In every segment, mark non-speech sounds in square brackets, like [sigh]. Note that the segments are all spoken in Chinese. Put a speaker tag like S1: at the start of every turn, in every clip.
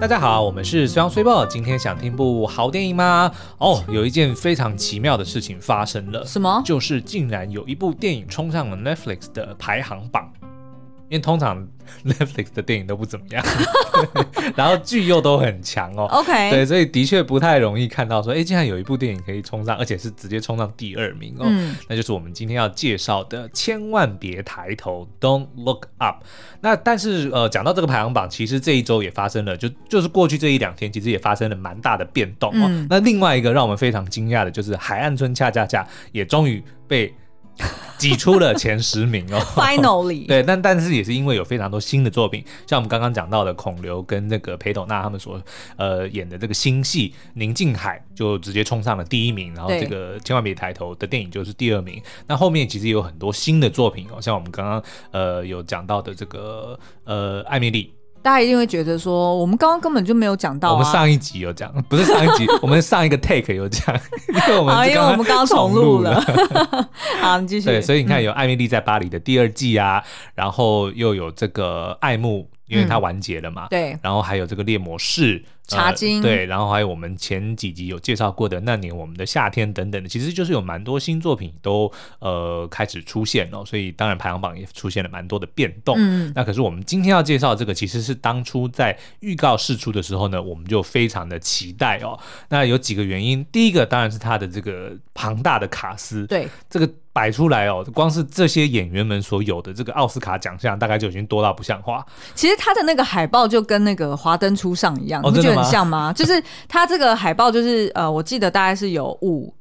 S1: 大家好，我们是虽然虽报，今天想听部好电影吗？哦，有一件非常奇妙的事情发生了，
S2: 什么？
S1: 就是竟然有一部电影冲上了 Netflix 的排行榜。因为通常 [laughs] Netflix 的电影都不怎么样， [laughs] 然后剧又都很强哦。
S2: OK，
S1: 对，所以的确不太容易看到说，哎，竟然有一部电影可以冲上，而且是直接冲上第二名哦。
S2: 嗯
S1: 那就是我们今天要介绍的《千万别抬头》（Don't Look Up）。那但是呃，讲到这个排行榜，其实这一周也发生了，就就是过去这一两天，其实也发生了蛮大的变动哦。
S2: 嗯
S1: 那另外一个让我们非常惊讶的就是，《海岸村恰恰恰》也终于被挤出了前十名哦。
S2: ，Finally，，
S1: 对，但但是也是因为有非常多新的作品，像我们刚刚讲到的孔刘跟那个裴斗娜他们所呃演的这个新戏《宁静海》就直接冲上了第一名，然后
S2: 对
S1: 这个千万别抬头的电影就是第二名。那后面其实也有很多新的作品哦，像我们刚刚呃有讲到的这个呃艾米
S2: [laughs]
S1: 丽，
S2: 大家一定会觉得说，我们刚刚根本就没有讲到、啊，
S1: 我们上一集有讲，不是上一
S2: [laughs]
S1: 集，我们上一个 take 有讲，因为我
S2: 好，
S1: 们
S2: 哦因
S1: 是
S2: 为
S1: 刚
S2: 我
S1: 刚
S2: 们刚刚重录
S1: 录
S2: 了。好，你继续。
S1: 对，所以你
S2: [laughs]
S1: 看有《艾米丽在巴黎》的第二季啊，然后又有这个爱慕，因为它
S2: 嗯
S1: 完结了嘛，
S2: 对
S1: 然后还有这个猎魔士、呃
S2: 茶经
S1: 对，然后还有我们前几集有介绍过的那年我们的夏天等等的，其实就是有蛮多新作品都呃开始出现了、所以当然排行榜也出现了蛮多的变动。
S2: 嗯，
S1: 那可是我们今天要介绍的这个，其实是当初在预告释出的时候呢，我们就非常的期待哦。那有几个原因，第一个当然是它的这个庞大的卡司，
S2: 对，
S1: 这个摆出来哦，光是这些演员们所有的这个奥斯卡奖项，大概就已经多到不像
S2: [laughs]
S1: 话。
S2: 其实他的那个海报就跟那个《华灯初上》一样，
S1: 哦
S2: 你不觉
S1: 真
S2: 得
S1: 的吗
S2: 很像吗？ [laughs] 就是他这个海报，就是呃，我记得大概是有五，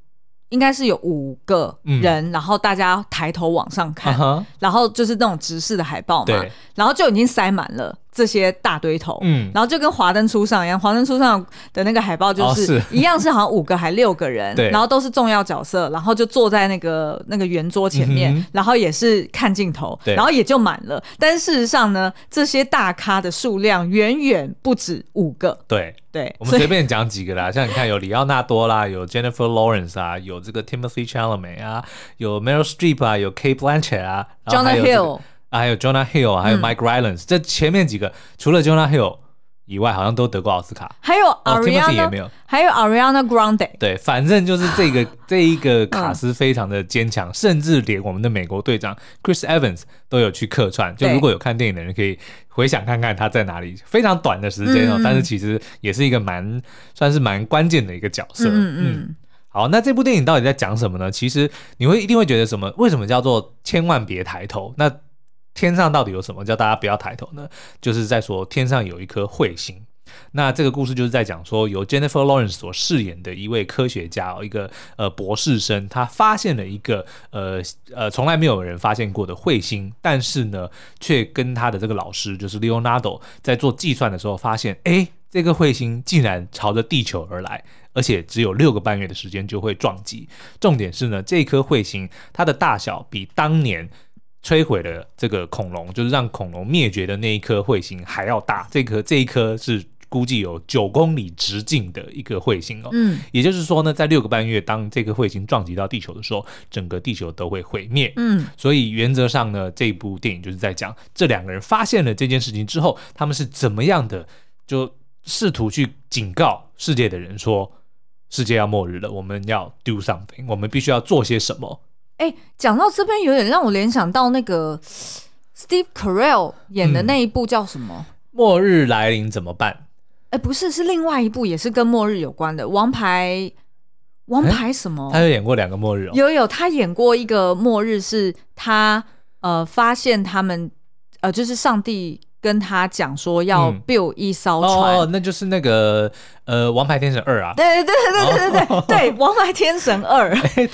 S2: 应该是有五个人，然后大家抬头往上看，
S1: 嗯啊哈，
S2: 然后就是那种直视的海报嘛
S1: [laughs] 对，
S2: 然后就已经塞满了这些大堆头，
S1: 嗯，
S2: 然后就跟华灯初上一样，华灯初上的那个海报就
S1: 哦
S2: 是、
S1: 是
S2: [laughs] 一样，是好像五个还六个人，
S1: 对
S2: 然后都是重要角色，然后就坐在那个那个圆桌前面，
S1: 嗯哼
S2: 然后也是看镜头，
S1: 对
S2: 然后也就满了。但事实上呢，这些大咖的数量远远不止五个，
S1: 对，
S2: 对，
S1: 我们
S2: 所以
S1: 随便讲几个啦，像你看有里奥纳多啦，有 Jennifer Lawrence 啊，有这个 Timothy Chalamet 啊，有 Meryl Streep 啊，有 Kate Blanchett 啊
S2: j o
S1: 然后还
S2: n a
S1: 有这
S2: h n Hill 嗯
S1: 个。啊，还有 Jonah Hill，啊还有 Mike Rylance，、这前面几个除了 Jonah Hill 以外，好像都得过奥斯卡。
S2: 还有
S1: 哦 t i m o t h y 也
S2: Ariana，、
S1: 没有。
S2: 还有 Ariana Grande，
S1: 对，反正就是这
S2: [laughs]
S1: 个这一个
S2: 嗯
S1: 卡斯非常的坚强，甚至连我们的美国队长 Chris Evans 都有去客串。就
S2: 对
S1: 如果有看电影的人，可以回想看看他在哪里，非常短的时间哦，
S2: 嗯嗯
S1: 但是其实也是一个蛮算是蛮关键的一个角色。
S2: 嗯嗯
S1: 好，那这部电影到底在讲什么呢？其实你会一定会觉得什么？为什么叫做千万别抬头？那天上到底有什么叫大家不要抬头呢？就是在说天上有一颗彗星。那这个故事就是在讲说，由 Jennifer Lawrence 所饰演的一位科学家哦，一个呃博士生，他发现了一个呃呃从来没有人发现过的彗星，但是呢，却跟他的这个老师就是 Leonardo 在做计算的时候发现，诶，这个彗星竟然朝着地球而来，而且只有六个半月的时间就会撞击。重点是呢，这颗彗星它的大小比当年摧毁了这个恐龙，就是让恐龙灭绝的那一颗彗星还要大。这颗这一颗是估计有九公里直径的一个彗星哦。
S2: 嗯
S1: 也就是说呢，在六个半月，当这颗彗星撞击到地球的时候，整个地球都会毁灭。
S2: 嗯，
S1: 所以原则上呢，这部电影就是在讲这两个人发现了这件事情之后，他们是怎么样的就试图去警告世界的人说，世界要末日了，我们要 do something，我们必须要做些什么。
S2: 哎，讲到这边有点让我联想到那个 Steve Carell 演的
S1: 嗯
S2: 那一部叫什么？
S1: 末日来临怎么办？
S2: 哎，不是，是另外一部也是跟末日有关的《王牌》，王牌什么？
S1: 他有演过两个末日哦，
S2: 有有，他演过一个末日，是他呃发现他们呃就是上帝跟他讲说要
S1: 嗯
S2: build 一艘船。
S1: 哦，那就是那个呃《王牌天神二》啊，
S2: 对对对对对对对对，《王牌天神二》
S1: 哦
S2: [laughs]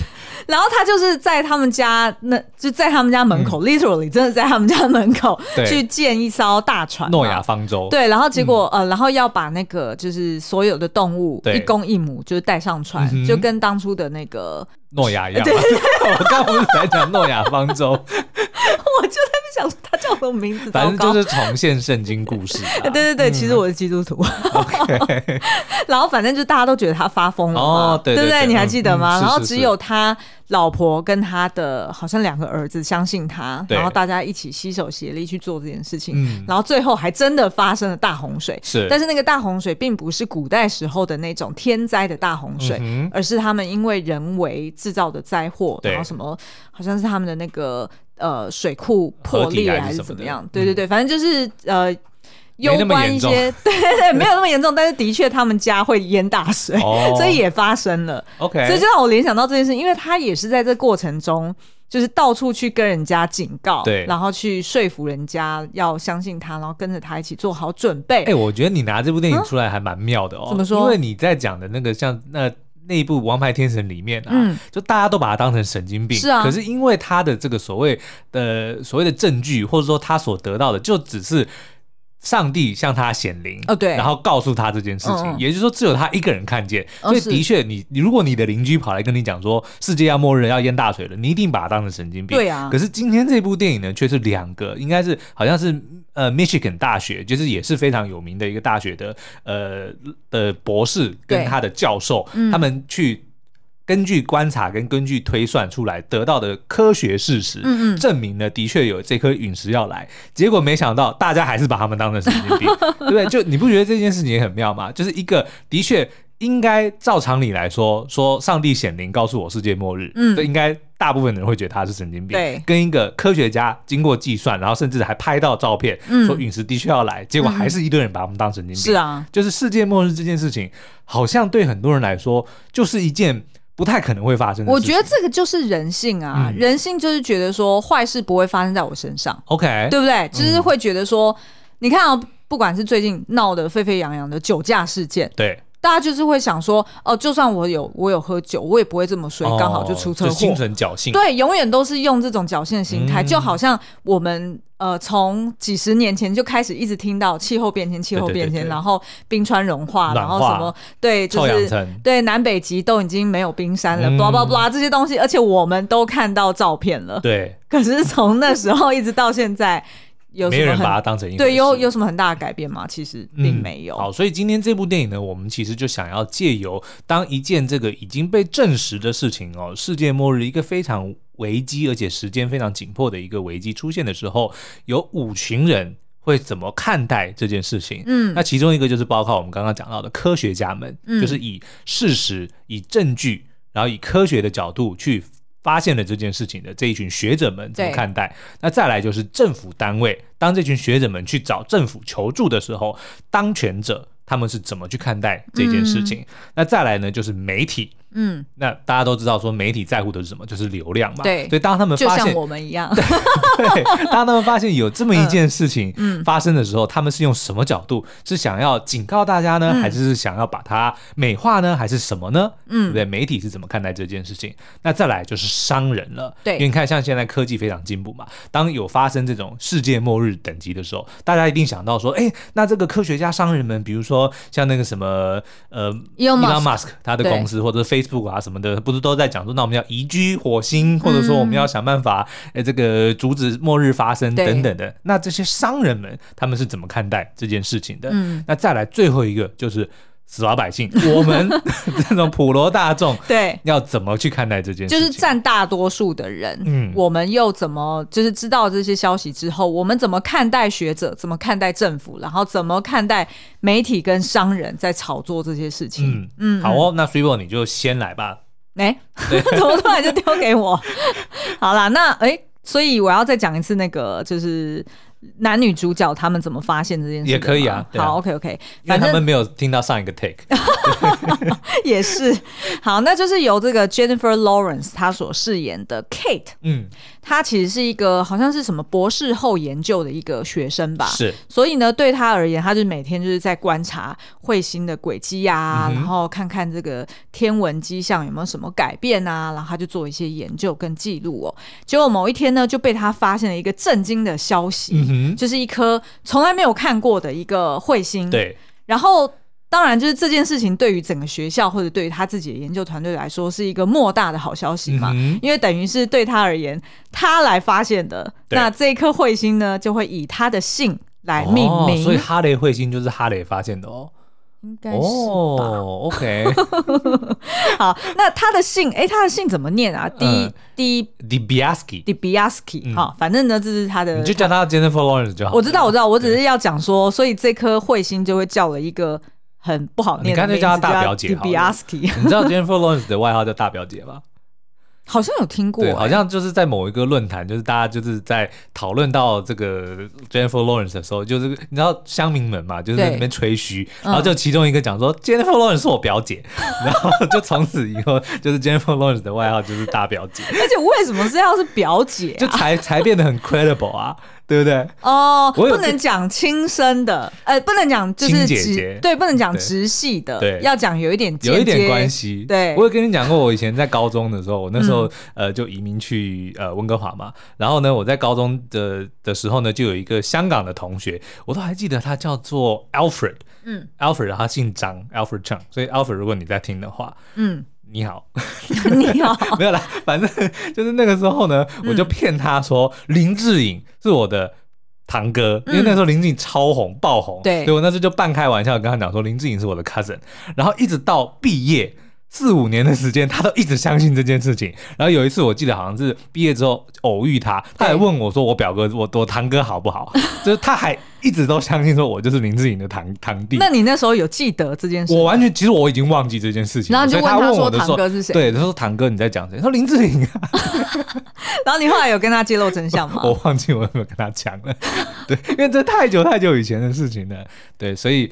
S2: 然后他就是在他们家，那就在他们家门口、l i t e r a l l y 真的在他们家门口
S1: 嗯对
S2: 去建一艘大船嘛。
S1: 诺亚方舟。
S2: 对，然后结果、呃，然后要把那个就是所有的动物
S1: 嗯对
S2: 一公一母就是带上船，
S1: 嗯哼
S2: 就跟当初的那个， [laughs]
S1: 诺 [laughs]
S2: [laughs]
S1: 亚一样。我刚刚不是在讲诺亚方舟？
S2: 我就在那边想说他叫我名字
S1: 反
S2: 糟
S1: 正
S2: 糕。
S1: 就是重现圣经故事
S2: [laughs]
S1: 啊。
S2: 对对对，其实我是基督徒，
S1: OK，
S2: [laughs] 然后反正就大家都觉得他发疯了嘛，
S1: 哦对
S2: 对
S1: 对
S2: 不
S1: 对
S2: 你还记得
S1: 嗯
S2: 吗？
S1: 是
S2: 然后
S1: 是是
S2: 只有他老婆跟他的好像两个儿子相信他，
S1: 对
S2: 然后大家一起携手协力去做这件事情，
S1: 嗯，
S2: 然后最后还真的发生了大洪水。
S1: 是，
S2: 但是那个大洪水并不是古代时候的那种天灾的大洪水，
S1: 嗯哼
S2: 而是他们因为人为制造的灾祸，
S1: 对
S2: 然后什么好像是他们的那个呃水库破裂
S1: 合体还
S2: 还
S1: 是
S2: 是
S1: 什么的嗯
S2: 怎么样？对对对，反正就是呃。攸
S1: 没那么
S2: 关一
S1: 严重
S2: 些，对对对，没有那么严重，但是的确他们家会淹大水，
S1: 哦
S2: [laughs] 所以也发生了。
S1: OK，
S2: 所以就让我联想到这件事，因为他也是在这过程中，就是到处去跟人家警告，
S1: 对
S2: 然后去说服人家要相信他，然后跟着他一起做好准备。
S1: 哎、我觉得你拿这部电影出来还蛮妙的哦。
S2: 嗯怎么说
S1: 因为你在讲的那个像那那一部《王牌天神》里面啊，
S2: 嗯
S1: 就大家都把它当成神经病。
S2: 是啊
S1: 可是因为他的这个所谓呃所谓的证据，或者说他所得到的，就只是。上帝向他显灵，
S2: 哦对
S1: 然后告诉他这件事情，
S2: 嗯嗯
S1: 也就是说只有他一个人看见，
S2: 哦
S1: 所以
S2: 是
S1: 的确你，你如果你的邻居跑来跟你讲说世界要末日了要淹大水了，你一定把他当成神经病，
S2: 对啊
S1: 可是今天这部电影呢，却是两个，应该是好像是呃 Michigan 大学，就是也是非常有名的一个大学的呃的博士跟
S2: 对嗯
S1: 他的教授，他们去。根据观察跟根据推算出来得到的科学事实，
S2: 嗯嗯
S1: 证明了的确有这颗陨石要来。结果没想到大家还是把他们当成神经
S2: [laughs]
S1: 病，对不对？就你不觉得这件事情也很妙吗？就是一个的确应该照常理来说，说上帝显灵告诉我世界末日，
S2: 嗯
S1: 这应该大部分人会觉得他是神经病。
S2: 对
S1: 跟一个科学家经过计算，然后甚至还拍到照片，
S2: 嗯
S1: 说陨石的确要来，结果还是一堆人把他们当神经病。
S2: 是啊，
S1: 就是世界末日这件事情，好像对很多人来说，就是一件不太可能会发生的事情。
S2: 我觉得这个就是人性啊，
S1: 嗯
S2: 人性就是觉得说坏事不会发生在我身上，
S1: OK，
S2: 对不对？就是会觉得说，你看啊，不管是最近闹得沸沸扬扬的酒驾事件，
S1: 对，
S2: 大家就是会想说，哦，就算我有我有喝酒，我也不会这么衰，刚好
S1: 哦
S2: 就出车祸
S1: 心。存侥幸。
S2: 对，永远都是用这种侥幸的心态，
S1: 嗯
S2: 就好像我们呃从几十年前就开始一直听到气候变迁、气候
S1: 对对
S2: 变
S1: 对
S2: 迁，
S1: 对
S2: 然后冰川融化，
S1: 暖
S2: 然后
S1: 化
S2: 什么对，就
S1: 臭氧
S2: 是
S1: 层
S2: 对南北极都已经没有冰山了
S1: 嗯
S2: ，blah blah blah 这些东西，而且我们都看到照片了。
S1: 对，
S2: 可是从那时候一直到现在，有
S1: 没
S2: 什
S1: 有
S2: 么
S1: 人把它
S2: 很
S1: 当成一回
S2: 对有
S1: 事
S2: 有什么很大的改变吗？其实并没有。
S1: 嗯。好，所以今天这部电影呢，我们其实就想要借由当一件这个已经被证实的事情哦，世界末日一个非常危机，而且时间非常紧迫的一个危机出现的时候，有五群人。会怎么看待这件事情？
S2: 嗯
S1: 那其中一个就是包括我们刚刚讲到的科学家们，
S2: 嗯
S1: 就是以事实、以证据，然后以科学的角度去发现了这件事情的这一群学者们怎么
S2: 对
S1: 看待？那再来就是政府单位，当这群学者们去找政府求助的时候，当权者他们是怎么去看待这件事情？那再来呢，就是媒体。
S2: 嗯，
S1: 那大家都知道，说媒体在乎的是什么？就是流量嘛。
S2: 对
S1: 所以当他们
S2: 就
S1: 发
S2: 像
S1: 现，
S2: 我们一样，
S1: 对，当他们发现有这么一件事情
S2: 嗯
S1: 发生的时候，他们是用什么角度？是想要警告大家
S2: 嗯
S1: 呢，还是想要把它美化呢，还是什么呢？嗯，对不对？媒体是怎么看待这件事情？那再来就是商人了，
S2: 对
S1: 因为你看，像现在科技非常进步嘛，当有发生这种世界末日等级的时候，大家一定想到说，哎，那这个科学家、商人们，比如说像那个什么，呃
S2: Elon Musk
S1: Musk 他的
S2: 对
S1: 公司或者是 Facebook 啊什么的，不是都在讲说，那我们要移居火星，或者说我们要想办法，呃，这个阻止末日发生
S2: 嗯对
S1: 等等的。那这些商人们他们是怎么看待这件事情的？
S2: 嗯
S1: 那再来最后一个就是死老百
S2: [laughs]
S1: 姓，我们 [laughs] 这种普罗大众
S2: 对。
S1: 要怎么去看待这件事
S2: 就
S1: 情？
S2: 是占大多数的人，
S1: 嗯
S2: 我们又怎么就是知道这些消息之后，我们怎么看待学者，怎么看待政府，然后怎么看待媒体跟商人在炒作这些事情？
S1: 嗯嗯，好哦，那 s u p e 你就先来吧。
S2: 哎、 [laughs] 怎么突然就丢给我？ [laughs] 好啦，那哎、所以我要再讲一次那个就是男女主角他们怎么发现这件事的
S1: 也可以啊
S2: 吗
S1: 对啊
S2: 好，OK OK，
S1: 因为
S2: 反
S1: 他
S2: 正
S1: 们没有听到上一个 take，
S2: [laughs] 也是 [laughs] 好，那就是由这个 Jennifer Lawrence 她所饰演的 Kate，
S1: 嗯，
S2: 她其实是一个好像是什么博士后研究的一个学生吧，
S1: 是，
S2: 所以呢，对她而言，她就是每天就是在观察彗星的轨迹啊，
S1: 嗯哼
S2: 然后看看这个天文迹象有没有什么改变啊，然后她就做一些研究跟记录哦。结果某一天呢，就被她发现了一个震惊的消息，
S1: 嗯哼，
S2: 就是一颗从来没有看过的一个彗星，
S1: 对，
S2: 然后。当然，就是这件事情对于整个学校或者对于他自己的研究团队来说，是一个莫大的好消息嘛。
S1: 嗯哼
S2: 因为等于是对他而言，他来发现的。
S1: 对
S2: 那这一颗彗星呢，就会以他的姓来命名，
S1: 哦，所以哈雷彗星就是哈雷发现的哦。
S2: 应该是吧？
S1: 哦，OK，
S2: 好，那他的姓，哎、他的姓怎么念啊？D
S1: 嗯
S2: D
S1: d i b i a s k i
S2: D b i a s k i 好，反正呢，这是他的。
S1: 你就叫他 Jennifer Lawrence 就好。
S2: 我知道，我知道，我只是要讲说，所以这颗彗星就会叫了一个很不好念的
S1: 你干脆
S2: 名字，
S1: 叫他大表姐
S2: d
S1: 好
S2: b i
S1: 了
S2: a s k i
S1: 你知道 Jennifer Lawrence 的外号叫大表姐
S2: [laughs]
S1: 吧？
S2: 好像有听过、
S1: 对，好
S2: 哎
S1: 像就是在某一个论坛，就是大家就是在讨论到这个 Jennifer Lawrence 的时候，就是你知道乡民们嘛，就是在那边吹嘘，
S2: 嗯
S1: 然后就其中一个讲说、Jennifer Lawrence 是我表姐， [laughs] 然后就从此以后就是 Jennifer Lawrence 的外号就是大表
S2: [laughs]
S1: 姐，啊
S2: 而且为什么是要是表姐
S1: [laughs] 就
S2: 啊、
S1: 才才变得很 credible 啊，对不对？
S2: 哦，
S1: 我有
S2: 不能讲亲生的，呃，不能讲就是
S1: 亲姐
S2: 直
S1: 姐
S2: 对，不能讲
S1: 对
S2: 直系的，
S1: 对
S2: 要讲有一点间
S1: 有一点
S2: 接
S1: 关系。
S2: 对嗯
S1: 我有跟你讲过，我以前在高中的时候，我那时候、呃就移民去呃温哥华嘛。然后呢，我在高中的的时候呢，就有一个香港的同学，我都还记得他叫做 Alfred。
S2: 嗯
S1: ，Alfred 他姓张，Alfred Chang。所以 Alfred，如果你在听的话，
S2: 嗯， [laughs]
S1: 你好，
S2: 你哦
S1: [laughs]
S2: 好，
S1: 没有啦，反正就是那个时候呢，我
S2: 嗯
S1: 就骗他说林志颖是我的。堂哥，因为那时候林志颖超红、爆红，
S2: 嗯对
S1: 所以我那时候就半开玩笑跟他讲说林志颖是我的 cousin，然后一直到毕业四五年的时间，他都一直相信这件事情。然后有一次我记得好像是毕业之后偶遇他，他还问我说我表哥我我堂哥好不好， [laughs] 就是他还一直都相信说我就是林志颖的堂堂弟。
S2: 那你那时候有记得这件事吗？
S1: 我完全，其实我已经忘记这件事情了。
S2: 然后你就
S1: 所以他
S2: 问他
S1: 问
S2: 说
S1: 我的时候
S2: 堂哥是谁
S1: 对，他说堂哥你在讲谁？他说林志颖啊，
S2: 然后你后来有跟他揭露真相吗？
S1: [laughs] 我忘记我有没有跟他讲了。 [laughs] 对，因为这太久太久以前的事情了。对，所以，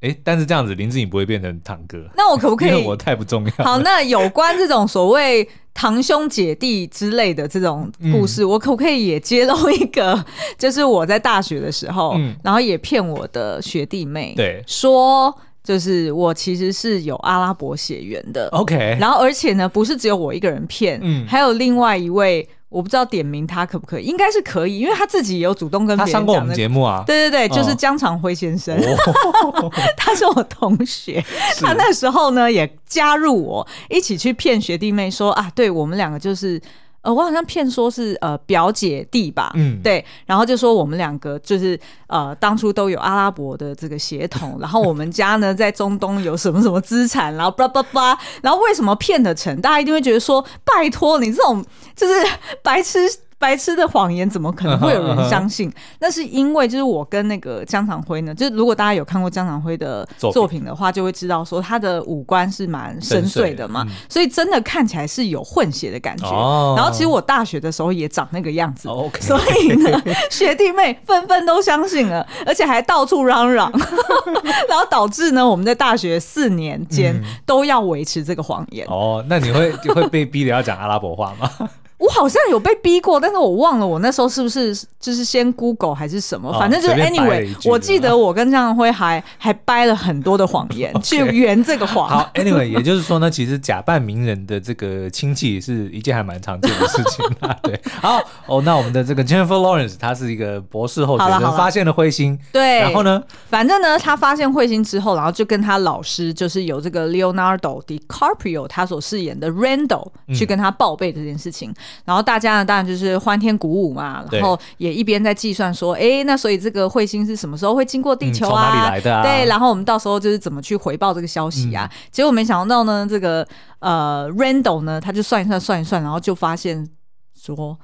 S1: 哎，但是这样子林志颖不会变成堂哥，
S2: 那我可不可
S1: 因
S2: 以
S1: 为我太不重要。
S2: 好，那有关这种所谓堂兄姐弟之类的这种故事，
S1: 嗯
S2: 我可不可以也揭露一个？就是我在大学的时候，
S1: 嗯
S2: 然后也骗我的学弟妹，
S1: 对
S2: 说就是我其实是有阿拉伯血缘的。
S1: ，OK，
S2: 然后而且呢，不是只有我一个人骗，
S1: 哦哎嗯
S2: 还有另外一位，我不知道点名他可不可以，应该是可以，因为他自己也有主动跟
S1: 他
S2: 别人
S1: 上过我
S2: 讲
S1: 们
S2: 的。
S1: 节目啊。
S2: 对对对，就是
S1: 哦
S2: 江长辉先生。
S1: 哦，
S2: [laughs] 他是我同学，
S1: 是
S2: 他那时候呢也加入我一起去骗学弟妹说啊，对我们两个就是。呃，我好像骗说是呃表姐弟吧，
S1: 嗯
S2: 对，然后就说我们两个就是呃当初都有阿拉伯的这个
S1: [laughs]
S2: 血统，然后我们家呢在中东有什么什么资产，然后巴拉巴拉，然后为什么骗得成？大家一定会觉得说，拜托你这种就是白痴白痴的谎言，怎么可能会
S1: 嗯
S2: 有
S1: 哼嗯
S2: 人
S1: 哼
S2: 相信？那是因为就是我跟那个江长辉呢，就是如果大家有看过江长辉的
S1: 作品
S2: 作品的话，就会知道说他的五官是蛮深邃的嘛，所以真的看起来是有混血的感觉。
S1: 嗯哦
S2: 然后其实我大学的时候也长那个样子。
S1: 哦，OK，
S2: [laughs] 所以
S1: [laughs]
S2: 呢，学弟妹纷纷都相信了，而且还到处
S1: [laughs]
S2: 嚷嚷，然后导致呢，我们在大学四年间都要维持这个谎言。
S1: 嗯哦，那你会就会被逼的要讲阿拉伯
S2: [laughs]
S1: 话吗？
S2: 我好像有被逼过，但是我忘了我那时候是不是就是先 Google 还是什么，
S1: 哦
S2: 反正就是
S1: 随便掰了一
S2: anyway，
S1: 句对吧
S2: 我记得我跟张扬辉还还掰了很多的谎
S1: [laughs]
S2: 言去圆这个谎。
S1: 好，Anyway，也就是说呢，其实假扮名人的这个亲戚是一件还蛮常见的事情
S2: [laughs]
S1: 啊。对，好哦，那我们的这个 Jennifer Lawrence，她是一个博士后学
S2: 好
S1: 生
S2: 了好，了
S1: 发现了彗星，
S2: 对，
S1: 然后？呢，
S2: 反正呢，他发现彗星之后，然后就跟他老师，就是有这个 Leonardo DiCaprio 他所饰演的 Randall
S1: 嗯
S2: 去跟他报备这件事情。然后大家呢，当然就是欢天鼓舞嘛，
S1: 对
S2: 然后也一边在计算说，哎，那所以这个彗星是什么时候会经过地
S1: 嗯
S2: 球
S1: 从
S2: 啊？
S1: 哪里来的啊嗯
S2: 对，然后我们到时候就是怎么去回报这个消息啊？结果没想到呢，这个呃 Randall 呢，他就算一算算一算，然后就发现说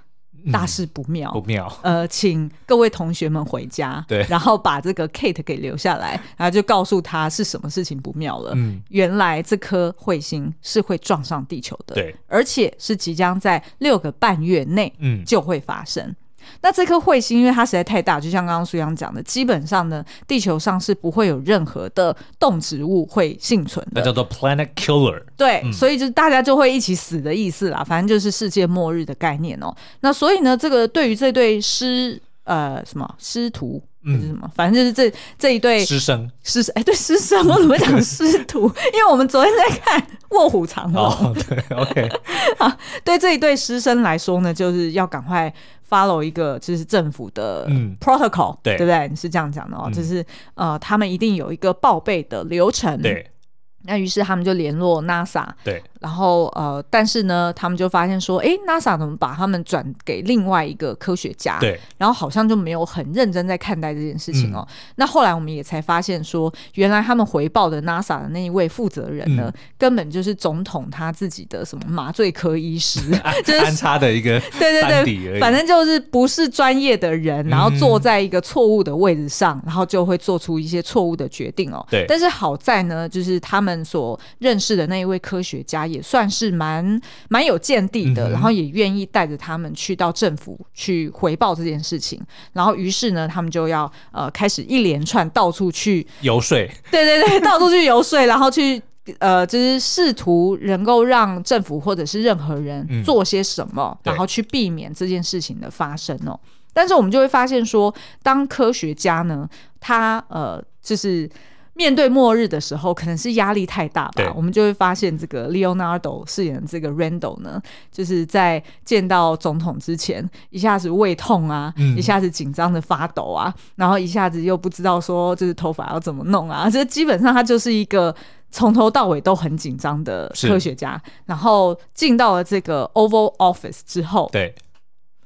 S1: 嗯
S2: 大事不妙，
S1: 不妙，
S2: 呃，请各位同学们回家，
S1: 对
S2: 然后把这个 Kate 给留下来，然后就告诉他是什么事情不妙了。
S1: 嗯，
S2: 原来这颗彗星是会撞上地球的，，
S1: 对，
S2: 而且是即将在六个半月内
S1: 嗯，
S2: 就会发生。那这颗彗星，因为它实在太大，就像刚刚苏阳讲的，基本上呢，地球上是不会有任何的动植物会幸存
S1: 那
S2: 的。
S1: 叫做 Planet Killer，
S2: 对，
S1: 嗯
S2: 所以就是大家就会一起死的意思啦，反正就是世界末日的概念哦。那所以呢，这个对于这对师呃什么师徒
S1: 嗯
S2: 还是什么，反正就是这这一对
S1: 师
S2: [laughs]
S1: 生
S2: 师哎、对师生，我怎么会讲师
S1: [laughs]
S2: 徒？因为我们昨天在看《卧虎
S1: 哦
S2: [laughs] 藏龙》
S1: 哦，对，OK，
S2: 对这一对师生来说呢，就是要赶快 follow 一个就是政府的
S1: 嗯
S2: protocol，、
S1: 对
S2: 对不对？你是这样讲的哦，
S1: 嗯
S2: 就是呃，他们一定有一个报备的流程。，
S1: 对
S2: 那于是他们就联络 NASA，
S1: 对，
S2: 然后呃，但是呢，他们就发现说，诶 n a s a 怎么把他们转给另外一个科学家？ [laughs]
S1: 对，
S2: 然后好像就没有很认真在看待这件事情哦。
S1: 嗯
S2: 那后来我们也才发现说，原来他们回报的 NASA 的那一位负责人呢，
S1: 嗯
S2: 根本就是总统他自己的什么麻醉科医师，
S1: [laughs]
S2: 就是
S1: 啊安插的一个
S2: 对对
S1: 班
S2: 对。
S1: 底而已。
S2: 反正就是不是专业的人，然后坐在一个错误的位置上，然后就会做出一些错误的决定哦。
S1: 对
S2: 但是好在呢，就是他们所认识的那一位科学家也算是蛮蛮有见地
S1: 嗯
S2: 的，
S1: 哼
S2: 然后也愿意带着他们去到政府去回报这件事情。然后于是呢，他们就要呃开始一连串到处去，
S1: 游说，
S2: 对对 [laughs] 对，到处去游说，然后去。呃，就是试图能够让政府或者是任何人
S1: 嗯
S2: 做些什么，
S1: 对
S2: 然后去避免这件事情的发生哦。但是我们就会发现说，当科学家呢，他呃，就是面对末日的时候，可能是压力太大
S1: 对
S2: 吧，我们就会发现这个 Leonardo 饰演的这个 Randall 呢，就是在见到总统之前，一下子胃痛啊，
S1: 嗯
S2: 一下子紧张的发抖啊，然后一下子又不知道说就是头发要怎么弄啊，这基本上他就是一个。从头到尾都很紧张的
S1: 是
S2: 科学家，然后进到了这个 Oval Office 之后，
S1: 对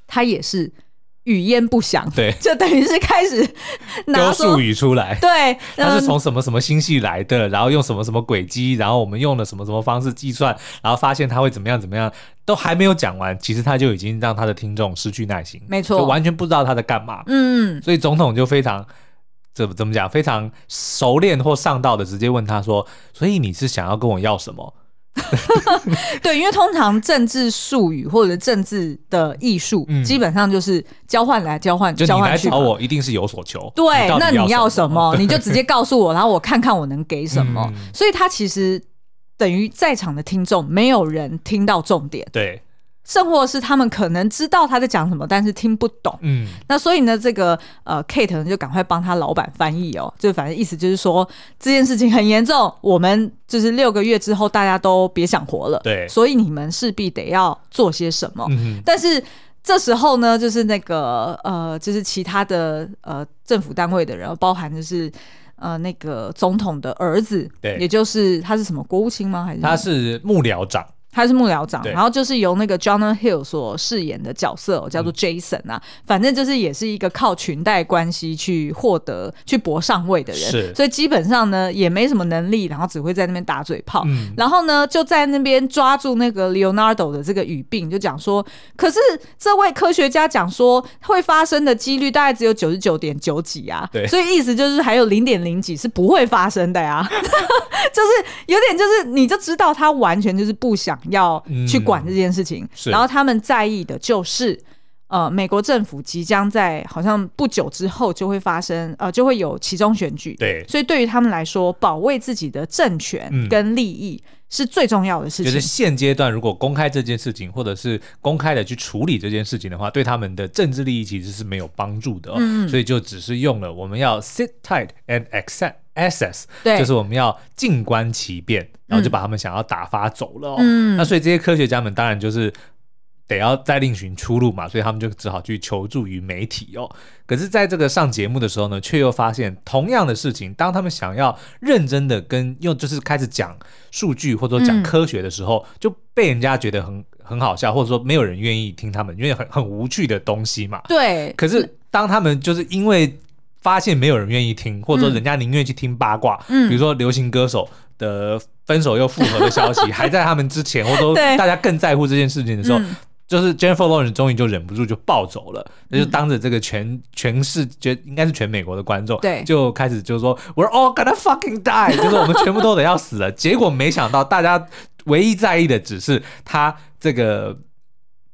S2: 他也是语焉不详， [laughs]
S1: 对，
S2: 就等于是开始拿
S1: 丢
S2: 说
S1: 术语出来。
S2: 对，
S1: 它
S2: 嗯
S1: 是从什么什么星系来的，然后用什么什么轨迹，然后我们用了什么什么方式计算，然后发现它会怎么样怎么样，都还没有讲完，其实他就已经让他的听众失去耐心，
S2: 没错
S1: 就完全不知道他在干嘛。
S2: 嗯，
S1: 所以总统就非常怎么怎么讲，非常熟练或上道的直接问他说：“所以你是想要跟我要什么
S2: 对，因为通常政治术语或者政治的艺术，
S1: 嗯
S2: 基本上就是交换来交换，？”
S1: 就
S2: 交
S1: 你
S2: 换
S1: 来
S2: 去嘛
S1: 找。我，一定是有所求。
S2: 对，
S1: 到底
S2: 那你要
S1: 什
S2: 什？么，你就直接告诉我，然后我看看我能给什么。
S1: 嗯
S2: 所以他其实等于在场的听众没有人听到重点，
S1: 对，
S2: 甚或是他们可能知道他在讲什么，但是听不懂。
S1: 嗯，
S2: 那所以呢，这个呃，Kate 呢就赶快帮他老板翻译哦，就反正意思就是说这件事情很严重，我们就是六个月之后大家都别想活了，
S1: 对
S2: 所以你们势必得要做些什么。
S1: 嗯
S2: 但是这时候呢，就是那个呃，就是其他的呃政府单位的人，包含就是呃那个总统的儿子，
S1: 对
S2: 也就是他是什么国务卿吗？还是
S1: 他是幕僚长，
S2: 他是幕僚长，
S1: 对
S2: 然后就是由那个 Jonah Hill 所饰演的角色、哦、叫
S1: 嗯
S2: 做 Jason 啊，反正就是也是一个靠裙带关系去获得、去搏上位的人，
S1: 是
S2: 所以基本上呢也没什么能力，然后只会在那边打嘴炮。
S1: 嗯，
S2: 然后呢，就在那边抓住那个 Leonardo 的这个语病，就讲说，可是这位科学家讲说会发生的几率大概只有九十九点九几啊，
S1: 对
S2: 所以意思就是还有零点零几是不会发生的呀， [laughs] 就是有点就是你就知道他完全就是不想要去管这件事情，
S1: 嗯是
S2: 然后他们在意的就是。呃，美国政府即将在好像不久之后就会发生，呃，就会有其中选举，
S1: 对，
S2: 所以对于他们来说，保卫自己的政权
S1: 嗯
S2: 跟利益是最重要的事
S1: 就是
S2: 情。
S1: 现阶段如果公开这件事情，或者是公开的去处理这件事情的话，对他们的政治利益其实是没有帮助的、哦。
S2: 嗯
S1: 所以就只是用了我们要 sit tight and accept access，
S2: 对
S1: 就是我们要静观其变，然后就把他们想要打发走了、哦。
S2: 嗯
S1: 那所以这些科学家们当然就是。得要再另寻出路嘛，所以他们就只好去求助于媒体哦。可是，在这个上节目的时候呢，却又发现同样的事情，当他们想要认真的跟又就是开始讲数据或者说讲
S2: 嗯
S1: 科学的时候，就被人家觉得很很好笑，或者说没有人愿意听他们，因为很很无趣的东西嘛。
S2: 对，嗯
S1: 可是当他们就是因为发现没有人愿意听，或者说人家宁愿去听八卦，
S2: 嗯
S1: 比如说流行歌手的分手又复合的消
S2: [laughs]
S1: 息，还在他们之前，或者说
S2: 对
S1: 大家更在乎这件事情的时候。
S2: 嗯
S1: 就是 Jennifer Lawrence 终于就忍不住就暴走了，那、
S2: 嗯
S1: 就当着这个全全世界应该是全美国的观众，
S2: 对
S1: 就开始就说 We're all gonna fucking die，就是我们全部都得要死了。结果没想到大家唯一在意的只是他这个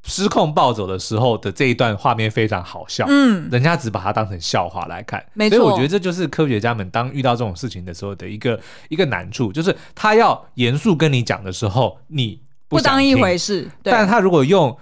S1: 失控暴走的时候的这一段画面非常好笑，
S2: 嗯，
S1: 人家只把它当成笑话来看，
S2: 没
S1: 所以
S2: 错
S1: 我觉得这就是科学家们当遇到这种事情的时候的一个一个难处，就是他要严肃跟你讲的时候，你
S2: 不
S1: 想
S2: 当一
S1: 听
S2: 回事。对，
S1: 但他如果用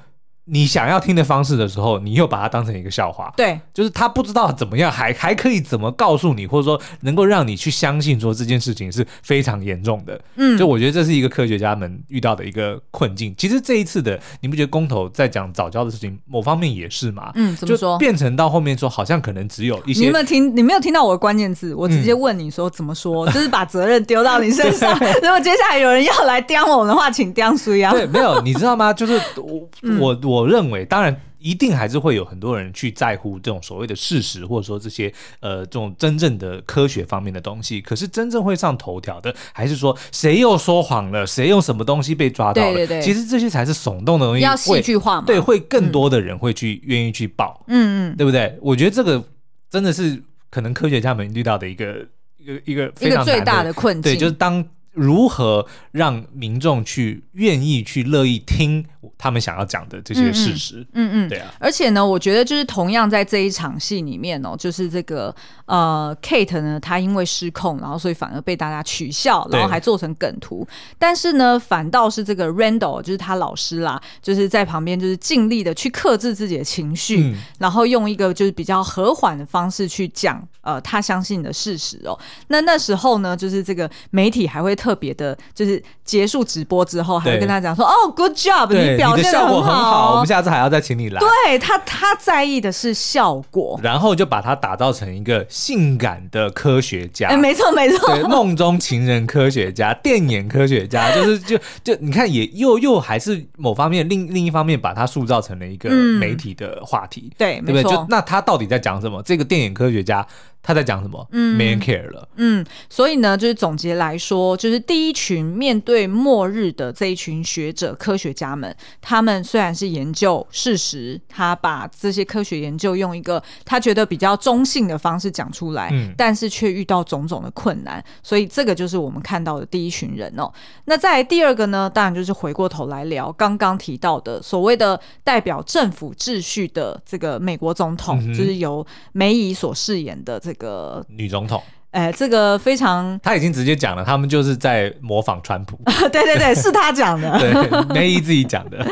S1: 你想要听的方式的时候，你又把它当成一个笑话，
S2: 对，
S1: 就是他不知道怎么样，还还可以怎么告诉你，或者说能够让你去相信说这件事情是非常严重的。
S2: 嗯
S1: 就我觉得这是一个科学家们遇到的一个困境。其实这一次的，你不觉得公投在讲早教的事情，某方面也是嘛？
S2: 嗯，怎么
S1: 就
S2: 说？
S1: 变成到后面说，好像可能只有一
S2: 你
S1: 些嗯
S2: 有没有听？你没有听到我的关键字，我直接问你说怎么说， [laughs] 就是把责任丢到你身上。 [laughs] 如果接下来有人要来刁我们的话，请刁苏阳。
S1: [laughs] 对，没有，你知道吗？就是我、
S2: 嗯
S1: 我我认为，当然一定还是会有很多人去在乎这种所谓的事实，或者说这些呃这种真正的科学方面的东西。可是真正会上头条的，还是说谁又说谎了，谁用什么东西被抓到了？
S2: 对对对
S1: 其实这些才是耸动的东西，
S2: 要戏
S1: 会
S2: 剧化嘛？
S1: 对，会更多的人会去、愿意去报，
S2: 嗯嗯，
S1: 对不对？我觉得这个真的是可能科学家们遇到的一个一个一个非
S2: 一
S1: 常
S2: 个最
S1: 难的
S2: 大的困境
S1: 对，就是当如何让民众去愿意去乐意听他们想要讲的这些事实。
S2: 嗯嗯。
S1: 对啊，
S2: 而且呢，我觉得就是同样在这一场戏里面哦，就是这个呃，Kate 呢，她因为失控，然后所以反而被大家取笑，
S1: 对
S2: 然后还做成梗图。但是呢，反倒是这个 Randall，就是他老师啦，就是在旁边就是尽力的去克制自己的情绪，
S1: 嗯
S2: 然后用一个就是比较和缓的方式去讲呃他相信的事实哦。那那时候呢，就是这个媒体还会特别的，就是结束直播之后，还会
S1: 对
S2: 跟他讲说：“哦，Good job，
S1: 对，
S2: 表
S1: 你的
S2: 现得
S1: 效果
S2: 很
S1: 好，
S2: 哦
S1: 我们下次还要再请你来。
S2: 对他，他在意的是效果。
S1: 然后就把它打造成一个性感的科学家。
S2: 哎、没错没错，
S1: 对，梦中情人科学家、 [laughs] 电眼科学家，就是就就你看也又又还是某方面另另一方面把它塑造成了一个
S2: 嗯
S1: 媒体的话题，
S2: 对，
S1: 对不对？
S2: 没
S1: 就
S2: 错，
S1: 那他到底在讲什么？这个电眼科学家他在讲什么？
S2: 嗯
S1: 没人 care 了。
S2: 嗯，所以呢，就是总结来说，就是第一群面对末日的这一群学者、科学家们，他们虽然是研究事实，他把这些科学研究用一个他觉得比较中性的方式讲出来，
S1: 嗯
S2: 但是却遇到种种的困难，所以这个就是我们看到的第一群人哦。那再来第二个呢，当然就是回过头来聊刚刚提到的所谓的代表政府秩序的这个美国总统，
S1: 嗯哼
S2: 就是由梅姨所饰演的这个，
S1: 女总统，
S2: 呃，这个非常， [laughs]
S1: 他已经直接讲了，他们就是在模仿川普，
S2: 对对对，是他讲的。
S1: [laughs] 对，梅姨自己讲的，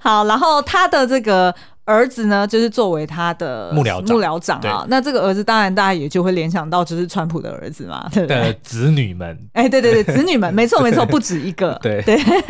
S2: 好，然后他的这个儿子呢，就是作为他的
S1: 幕僚长
S2: 幕僚长啊。那这个儿子当然大家也就会联想到就是川普的儿子嘛，对不对？
S1: 的子女们，
S2: 哎，对
S1: [laughs]
S2: 对对，子女们，没错没错，不止一个。
S1: 对
S2: 对， [laughs]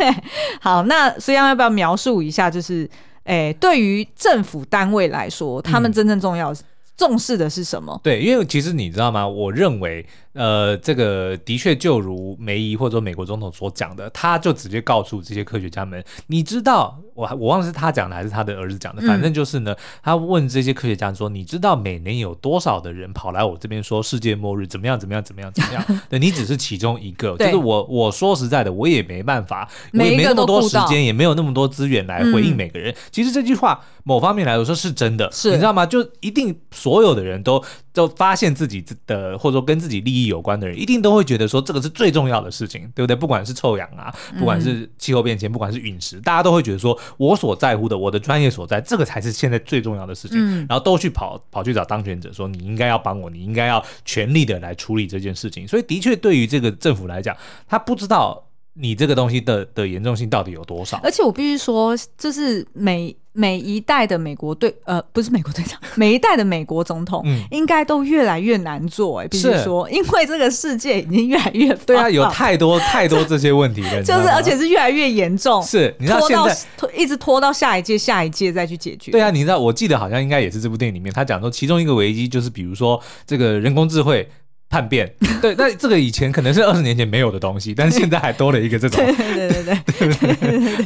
S2: 好，那所以要不要描述一下，就是，哎，对于政府单位来说，他
S1: 嗯
S2: 们真正重要、重视的是什么？
S1: 对，因为其实你知道吗？我认为，呃，这个的确就如梅姨或者说美国总统所讲的，他就直接告诉这些科学家们，你知道，我我忘了是他讲的还是他的儿子
S2: 嗯
S1: 讲的，反正就是呢，他问这些科学家说，你知道每年有多少的人跑来我这边说世界末日怎么样怎么样怎么样怎么
S2: [laughs]
S1: 样？对，你只是其中一个，就
S2: 对
S1: 是我我说实在的，我也没办法，我
S2: 每
S1: 也
S2: 一
S1: 没
S2: 个
S1: 那么
S2: 都
S1: 多
S2: 顾
S1: 时
S2: 到
S1: 间，也没有那么多资源来回应
S2: 嗯
S1: 每个人。其实这句话某方面来说是真的，
S2: 是
S1: 你知道。那么就一定所有的人都都发现自己的，或者说跟自己利益有关的人，一定都会觉得说这个是最重要的事情，对不对？不管是臭氧啊，不管是气候变迁，不管是陨石，大家都会觉得说我所在乎的，我的专业所在，这个才是现在最重要的事情。
S2: 嗯
S1: 然后都去跑跑去找当权者说你应该要帮我，你应该要全力的来处理这件事情。所以的确，对于这个政府来讲，他不知道你这个东西的的严重性到底有多少。
S2: 而且我必须说，就是每每一代的美国队，呃，不是美国队长，每一代的美国总统，
S1: 嗯
S2: 应该都越来越难做、哎，必须
S1: 是
S2: 说，因为这个世界已经越来越
S1: 对
S2: 发
S1: 啊，有
S2: 达
S1: 太多太多这些问题了，你知
S2: 就
S1: 道
S2: 是
S1: 吗 [laughs]
S2: 而且是越来越严重，
S1: 是你知道
S2: 拖
S1: 现
S2: 到
S1: 在
S2: 拖一直拖到下一届、下一届再去解决。
S1: 对啊，你知道，我记得好像应该也是这部电影里面，他讲说其中一个危机就是，比如说这个人工智慧叛变，对，那这个以前可能是二十年前没有的东西，但是现在还多了一个这种
S2: [laughs] 对对对对对，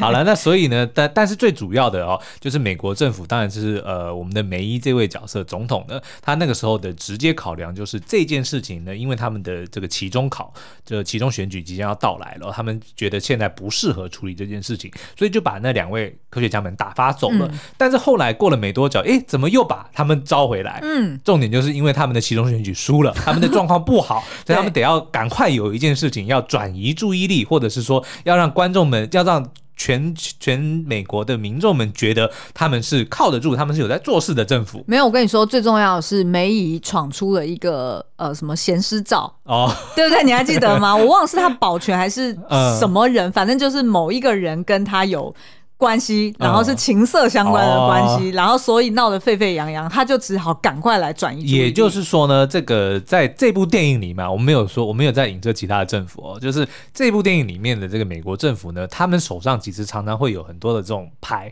S1: 好了，那所以呢，但但是最主要的哦，就是美国政府，当然就是呃，我们的梅伊这位角色总统呢，他那个时候的直接考量就是这件事情呢，因为他们的这个期中考，这期中选举即将要到来了，他们觉得现在不适合处理这件事情，所以就把那两位科学家们打发走了。但是后来过了没多久，诶，怎么又把他们招回来？
S2: 嗯，
S1: 重点就是因为他们的其中选举输
S2: [laughs]
S1: 了，他们的状况不好，所以他们得要赶快有一件事情要转移注意力，或者是说要让观众们要让。全全美国的民众们觉得他们是靠得住，他们是有在做事的政府
S2: 没有，我跟你说，最重要的是梅姨闯出了一个呃什么闲诗照，
S1: 哦， [laughs]
S2: [laughs] 对不对？你还
S1: 嗯
S2: 记得吗？我忘了是他保全还是什么人，反正就是某一个人跟他有关系，然后
S1: 嗯
S2: 是情色相关的关
S1: 哦
S2: 系，然后所以闹得沸沸扬扬，他就只好赶快来转移注意力。
S1: 也就是说呢，这个在这部电影里面，啊我们没有说，我们没有在影射其他的政府哦，就是这部电影里面的这个美国政府呢，他们手上其实常常会有很多的这种牌，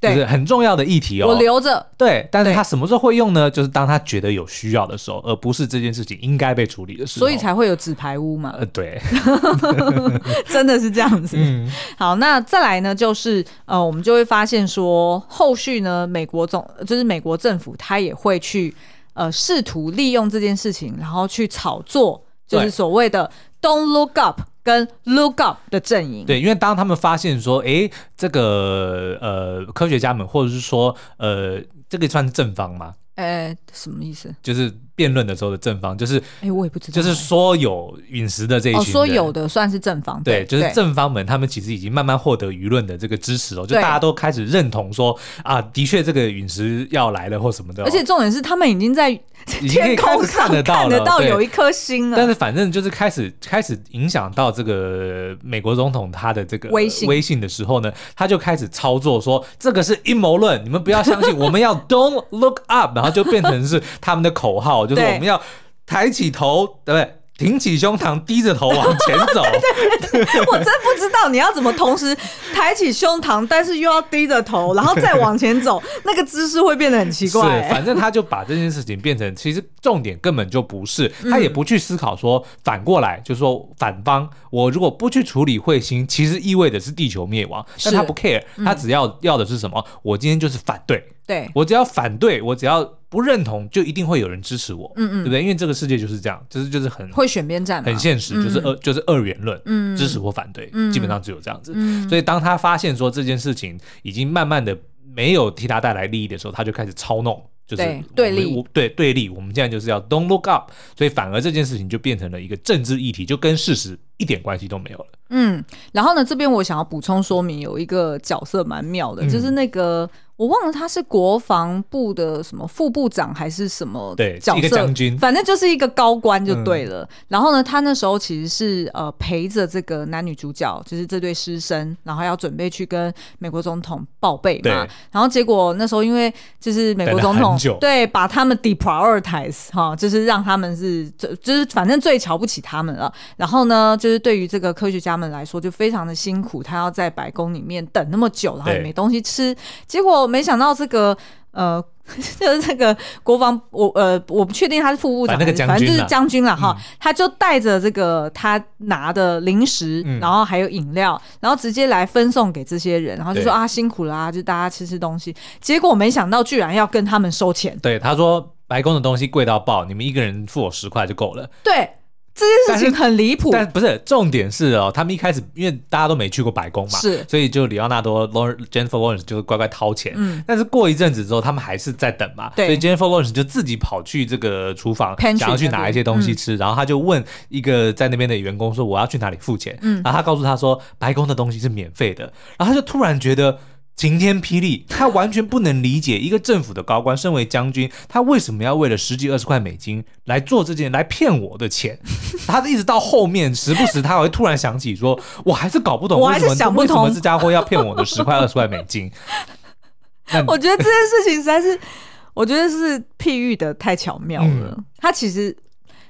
S1: 就
S2: 对
S1: 是很重要的议题哦。
S2: 我留着，
S1: 对，但是
S2: 对
S1: 他什么时候会用呢？就是当他觉得有需要的时候，而不是这件事情应该被处理的时候。
S2: 所以才会有纸牌屋嘛
S1: 呃，，对， [laughs]
S2: [laughs] 真的是这样子。
S1: 嗯，
S2: 好，那再来呢，就是呃，我们就会发现说，后续呢，美国总就是美国政府，他也会去呃试图利用这件事情，然后去炒作，就
S1: 对
S2: 是所谓的 “Don't Look Up” 跟 “Look Up” 的阵营。
S1: 对，因为当他们发现说，诶，这个呃，科学家们或者是说呃，这个算是正方吗？
S2: 呃，什么意思？
S1: 就是辩论的时候的正方，就是
S2: 哎、我也不知道、
S1: 就是
S2: 哎
S1: 说有陨石的这一群
S2: 哦，
S1: 人，
S2: 说有的算是正方，
S1: 对，就是
S2: 对
S1: 正方们，他们其实已经慢慢获得舆论的这个支持哦，就
S2: 对
S1: 大家都开始认同说啊，的确这个陨石要来了或什么的哦、
S2: 而且重点是，他们已经在
S1: 已经可以
S2: 天
S1: 开
S2: 空
S1: 始
S2: 上
S1: 看得到
S2: 看得
S1: 了，
S2: 到
S1: 对
S2: 有一颗星了。
S1: 但是反正就是开始开始影响到这个美国总统他的这个
S2: 威信
S1: 微信的时候呢，他就开始操作说这个是阴谋论，你们不要相
S2: [laughs]
S1: 信，我们要 Don't look up，然后就变成是他们的口号，就是
S2: 对
S1: 我们要抬起头，对不对？挺起胸膛，低着头往前走，
S2: 我真不知道你要怎么同时抬起胸膛，但是又要低着头，然后再往前走，那个姿势会变得很奇怪、
S1: 是，反正他就把这件事情变成，其实重点根本就不是，
S2: 嗯
S1: 他也不去思考说反过来，就是说反方，我如果不去处理彗星，其实意味着是地球灭亡，但
S2: 是嗯
S1: 他不 care，他只要要的是什么？我今天就是反对，
S2: 对，
S1: 我只要反对，我只要不认同，就一定会有人支持我，
S2: 嗯嗯
S1: 对不对？因为这个世界就是这样，就是就是很
S2: 会选边站嘛，
S1: 很现实，就是
S2: 嗯
S1: 二就是二元论，
S2: 嗯
S1: 支持或反对，
S2: 嗯
S1: 基本上只有这样子。
S2: 嗯
S1: 所以当他发现说这件事情已经慢慢的没有替他带来利益的时候，他就开始操弄。就是
S2: 对
S1: 我们
S2: 对立
S1: 我对对立，我们现在就是要 don't look up，所以反而这件事情就变成了一个政治议题，就跟事实一点关系都没有了。
S2: 嗯。然后呢，这边我想要补充说明，有一个角色蛮妙的，
S1: 嗯
S2: 就是那个我忘了他是国防部的什么副部长还是什么
S1: 对
S2: 角
S1: 一个
S2: 色，
S1: 将军嗯
S2: 反正就是一个高官就对了。然后呢，他那时候其实是呃陪着这个男女主角，就是这对师生，然后要准备去跟美国总统报备嘛
S1: 对。
S2: 然后结果那时候因为就是美国总
S1: 等了
S2: 统
S1: 很久
S2: 对把他们 deprioritize 哈，就是让他们是就就是反正最瞧不起他们了。然后呢，就是对于这个科学家们来说就非常的辛苦，他要在白宫里面等那么久，然后也
S1: 对
S2: 没东西吃。结果没想到这个呃， [laughs] 就是这个国防，我呃，我不确定他是副部长
S1: 反正那个
S2: 还是，
S1: 将
S2: 反正就是
S1: 军啊
S2: 将军了哈。他就带着这个他拿的零食，
S1: 嗯
S2: 然后还有饮料，然后直接来分送给这些人，然后就说
S1: 对
S2: 啊辛苦啦、就大家吃吃东西。结果没想到居然要跟他们收钱，
S1: 对，他说白宫的东西贵到爆，你们一个人付我十块就够了。
S2: 对这件事情很离谱，
S1: 但不是重点是哦，他们一开始因为大家都没去过白宫嘛，
S2: 是
S1: 所以就里奥纳多、Lawrence- Jennifer Lawrence 就是乖乖掏钱。
S2: 嗯
S1: 但是过一阵子之后，他们还是在等嘛，
S2: 对
S1: 所以 Jennifer Lawrence 就自己跑去这个厨房
S2: Pantry
S1: 想要去
S2: 那边
S1: 拿一些东西吃，然后他就问一个在那边的员工说：“我要去哪里付钱？”
S2: 嗯
S1: 然后他告诉他说：“白宫的东西是免费的。”然后他就突然觉得。晴天霹雳！他完全不能理解一个政府的高官，身为将军，他为什么要为了十几二十块美金来做这件来骗我的钱？他一直到后面，时不时他会突然想起说，我还是搞不懂
S2: 我
S1: 为
S2: 还
S1: 什
S2: 是
S1: 么
S2: 想不
S1: 为什么
S2: 通
S1: 这家伙要骗我的十块二十块美
S2: [laughs]
S1: 金。那
S2: 我觉得这件事情实在是，我觉得是譬喻的太巧妙了。
S1: 嗯
S2: 它其实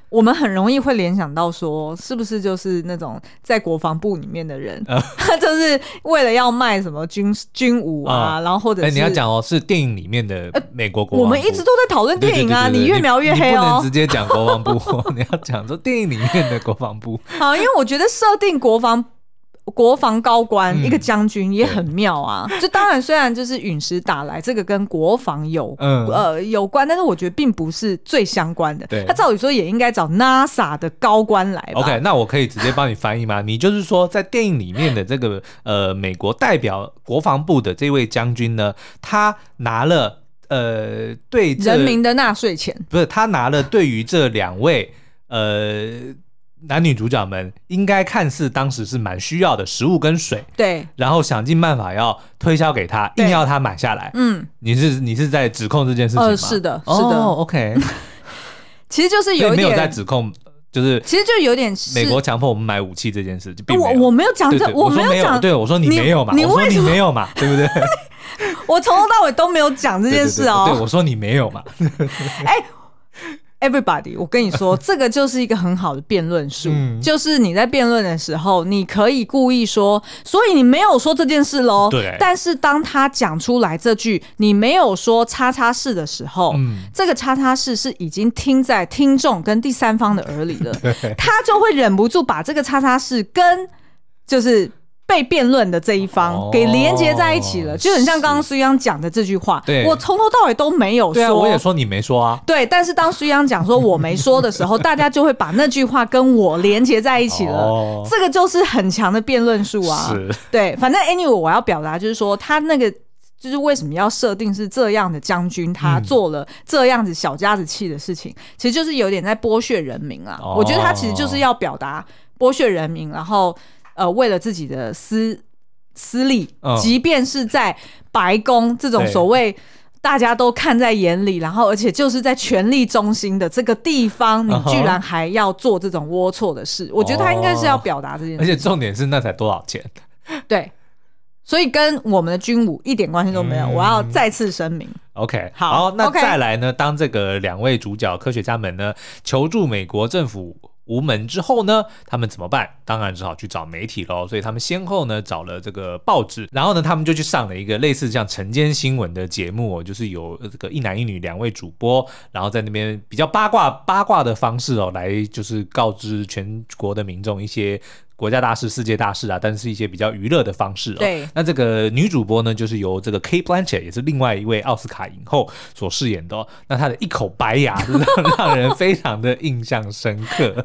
S2: 我们很容易会联想到说，是不是就是那种在国防部里面的人，
S1: 嗯
S2: [laughs] 他就是为了要卖什么军军武啊，
S1: 啊
S2: 然后或者是、呃
S1: 哎，你要。讲哦，是电影里面的美国国
S2: 我
S1: 防
S2: 们
S1: 部
S2: 一直都在讨论
S1: 对对
S2: 电影啊，
S1: 对对对
S2: 越描越黑
S1: 你不能
S2: 哦
S1: 直。接讲国防部， [laughs] 你要讲说电影里面的国防部。
S2: 好，因为我觉得设定国防国防高官、
S1: 嗯
S2: 一个将军也很妙啊。就当然虽然就是陨石打来，这个跟国防有
S1: 嗯，
S2: 呃有关，但是我觉得并不是最相关的
S1: 对。
S2: 他照理说也应该找 NASA 的高官来吧
S1: OK，那我可以直接帮你翻译吗？你就是说，在电影里面的这个呃，美国代表国防部的这位将军呢，他拿了呃，对这
S2: 人民的纳税钱。
S1: 不是他拿了对于这两位呃男女主角们，应该看似当时是蛮需要的食物跟水，
S2: 对，
S1: 然后想尽办法要推销给他，
S2: 对
S1: 硬要他买下来。
S2: 嗯，
S1: 你是你是在指控这件事情吗？
S2: [laughs] 呃，是的，是的，
S1: 哦，OK，
S2: 其实就是
S1: 所
S2: 有
S1: 以
S2: 一
S1: 没有在
S2: 点。
S1: 指控就是
S2: 其实就有点是
S1: 美国强迫我们买武器这件事，就并没
S2: 我
S1: 有
S2: 我没有讲
S1: 对
S2: 这
S1: 对，，
S2: 我
S1: 说
S2: 有讲，
S1: 对我说你
S2: 你
S1: 没有嘛，
S2: 你
S1: 我说
S2: 为
S1: 你
S2: 什么
S1: 没有嘛，对不对？
S2: 我从头到尾都没有讲 [laughs] 这
S1: 这
S2: 件事
S1: 对，
S2: 哦。
S1: 我说你没有嘛，
S2: Everybody，我跟你
S1: [laughs]
S2: 说，这个就是一个很好的辩论术，
S1: 嗯
S2: 就是你在辩论的时候，你可以故意说，所以你没有说这件事喽。
S1: 对
S2: 但是当他讲出来这句“你没有说叉叉事”的时候，
S1: 嗯，
S2: 这个叉叉事是已经听在听众跟第三方的
S1: [laughs]
S2: 耳里了，
S1: 对，
S2: 他就会忍不住把这个叉叉事跟就是被辩论的这一方
S1: 哦
S2: 给连接在一起了，就很像刚刚
S1: 是
S2: 苏央讲的这句话，
S1: 对
S2: 我从头到尾都没有
S1: 对啊，
S2: 说。
S1: 我也说你没说啊，
S2: 对，但是当苏央讲说我没说的时候，大家就会把那句话跟我连接在一起了。
S1: 哦
S2: 这个就是很强的辩论术啊！
S1: 是，
S2: 对，反正 anyway，我要表达就是说，他那个就是为什么要设定是这样的将军，他
S1: 嗯
S2: 做了这样子小家子气的事情，其实就是有点在剥削人民啊。
S1: 哦
S2: 我觉得他其实就是要表达剥削人民，然后呃，为了自己的私私利，
S1: 嗯
S2: 即便是在白宫这种
S1: 对
S2: 所谓。大家都看在眼里，然后而且就是在权力中心的这个地方，你
S1: 嗯哼
S2: 居然还要做这种龌龊的事，我觉得他应该是要
S1: 哦
S2: 表达这件事情。
S1: 而且重点是那才多少钱？
S2: 对，所以跟我们的军武一点关系都没有。
S1: 嗯
S2: 我要再次声明，
S1: OK，
S2: 好
S1: 那
S2: OK
S1: 再来呢？当这个两位主角科学家们呢求助美国政府无门之后呢，他们怎么办？当然只好去找媒体喽。所以他们先后呢找了这个报纸，然后呢他们就去上了一个类似像晨间新闻的节目、哦，就是有呃这个一男一女两位主播，然后在那边比较八卦八卦的方式哦，来就是告知全国的民众一些。国家大事、世界大事啊，但是一些比较娱乐的方式哦。
S2: 对
S1: 那这个女主播呢，就是由这个 K. Blanchett，也是另外一位奥斯卡影后所饰演的、哦。那她的一口白牙， [laughs] 让让人非常的印象深刻。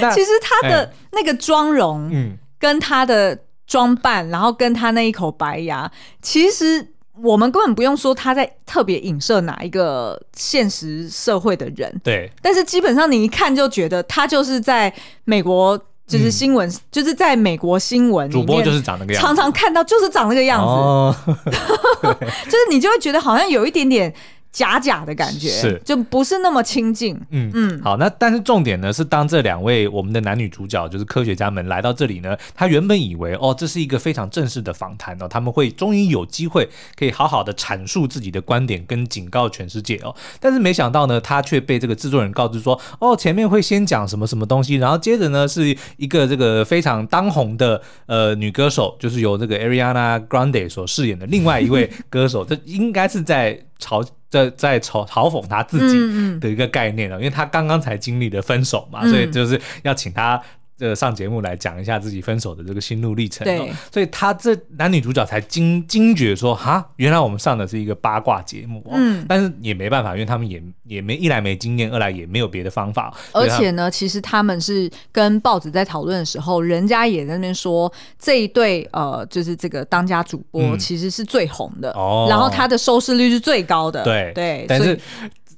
S1: 那
S2: 其实他的那个妆容
S1: 哎嗯，
S2: 跟他的装扮，然后跟他那一口白牙，其实。我们根本不用说他在特别影射哪一个现实社会的人，
S1: 对，
S2: 但是基本上你一看就觉得他就是在美国，就是
S1: 嗯
S2: 新闻，就是在美国新闻里
S1: 主播
S2: 面
S1: 就是长那个样子，
S2: 常常看到就是长那个样子，
S1: 哦，
S2: [laughs] 就是你就会觉得好像有一点点假假的感觉，
S1: 是
S2: 就不是那么亲近。
S1: 嗯
S2: 嗯
S1: 嗯，好，那但是重点呢是，当这两位我们的男女主角就是科学家们来到这里呢，他原本以为哦这是一个非常正式的访谈哦，他们会终于有机会可以好好的阐述自己的观点跟警告全世界哦，但是没想到呢，他却被这个制作人告知说哦前面会先讲什么什么东西，然后接着呢是一个这个非常当红的呃女歌手，就是由这个 Ariana Grande 所饰演的另外一位歌手，这应该是在嘲在在嘲嘲讽他自己。
S2: 嗯嗯，
S1: 的一个概念了，哦因为他刚刚才经历了分手嘛，
S2: 嗯
S1: 所以就是要请他。呃，上节目来讲一下自己分手的这个心路历程、
S2: 对
S1: 哦，所以他这男女主角才惊惊觉说，哈，原来我们上的是一个八卦节目、哦，
S2: 嗯
S1: 但是也没办法，因为他们也也没一来没经验，二来也没有别的方法，所
S2: 而
S1: 以他
S2: 且呢，其实他们是跟报纸在讨论的时候，人家也在那边说这一对呃，就是这个当家主播
S1: 嗯
S2: 其实是最红的，
S1: 哦
S2: 然后他的收视率是最高的，
S1: 对
S2: 对，
S1: 但
S2: 所
S1: 是
S2: 以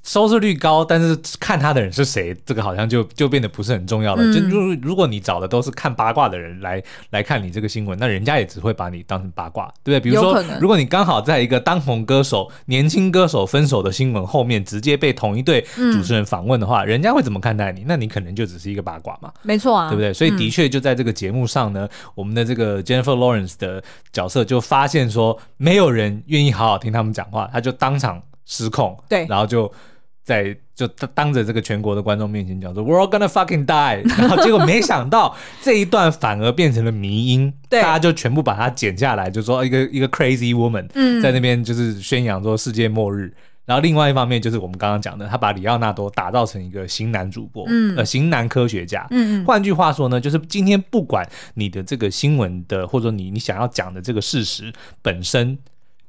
S1: 收视率高，但是看他的人是谁，这个好像就就变得不是很重要了。
S2: 嗯
S1: 就如如果你找的都是看八卦的人来来看你这个新闻，那人家也只会把你当成八卦，对不对？比如
S2: 有
S1: 说
S2: 可能，
S1: 如果你刚好在一个当红歌手、年轻歌手分手的新闻后面，直接被同一对
S2: 嗯
S1: 主持人访问的话，人家会怎么看待你？那你可能就只是一个八卦嘛。
S2: 没错啊，
S1: 对不对？所以
S2: 嗯
S1: 的确就在这个节目上呢，我们的这个 Jennifer Lawrence 的角色就发现说，没有人愿意好好听他们讲话，他就当场失控，
S2: 对
S1: 然后就在就当当着这个全国的观众面前讲说 “We're all gonna fucking die”，然 [laughs] 后结果没想到这一段反而变成了迷音，
S2: 对
S1: 大家就全部把它剪下来，就说一个一个 crazy woman，
S2: 嗯
S1: 在那边就是宣扬说世界末日。然后另外一方面就是我们刚刚讲的，他把里奥纳多打造成一个型男主播，
S2: 嗯
S1: 呃，型男科学家，
S2: 嗯嗯
S1: 换句话说呢，就是今天不管你的这个新闻的，或者说你你想要讲的这个事实本身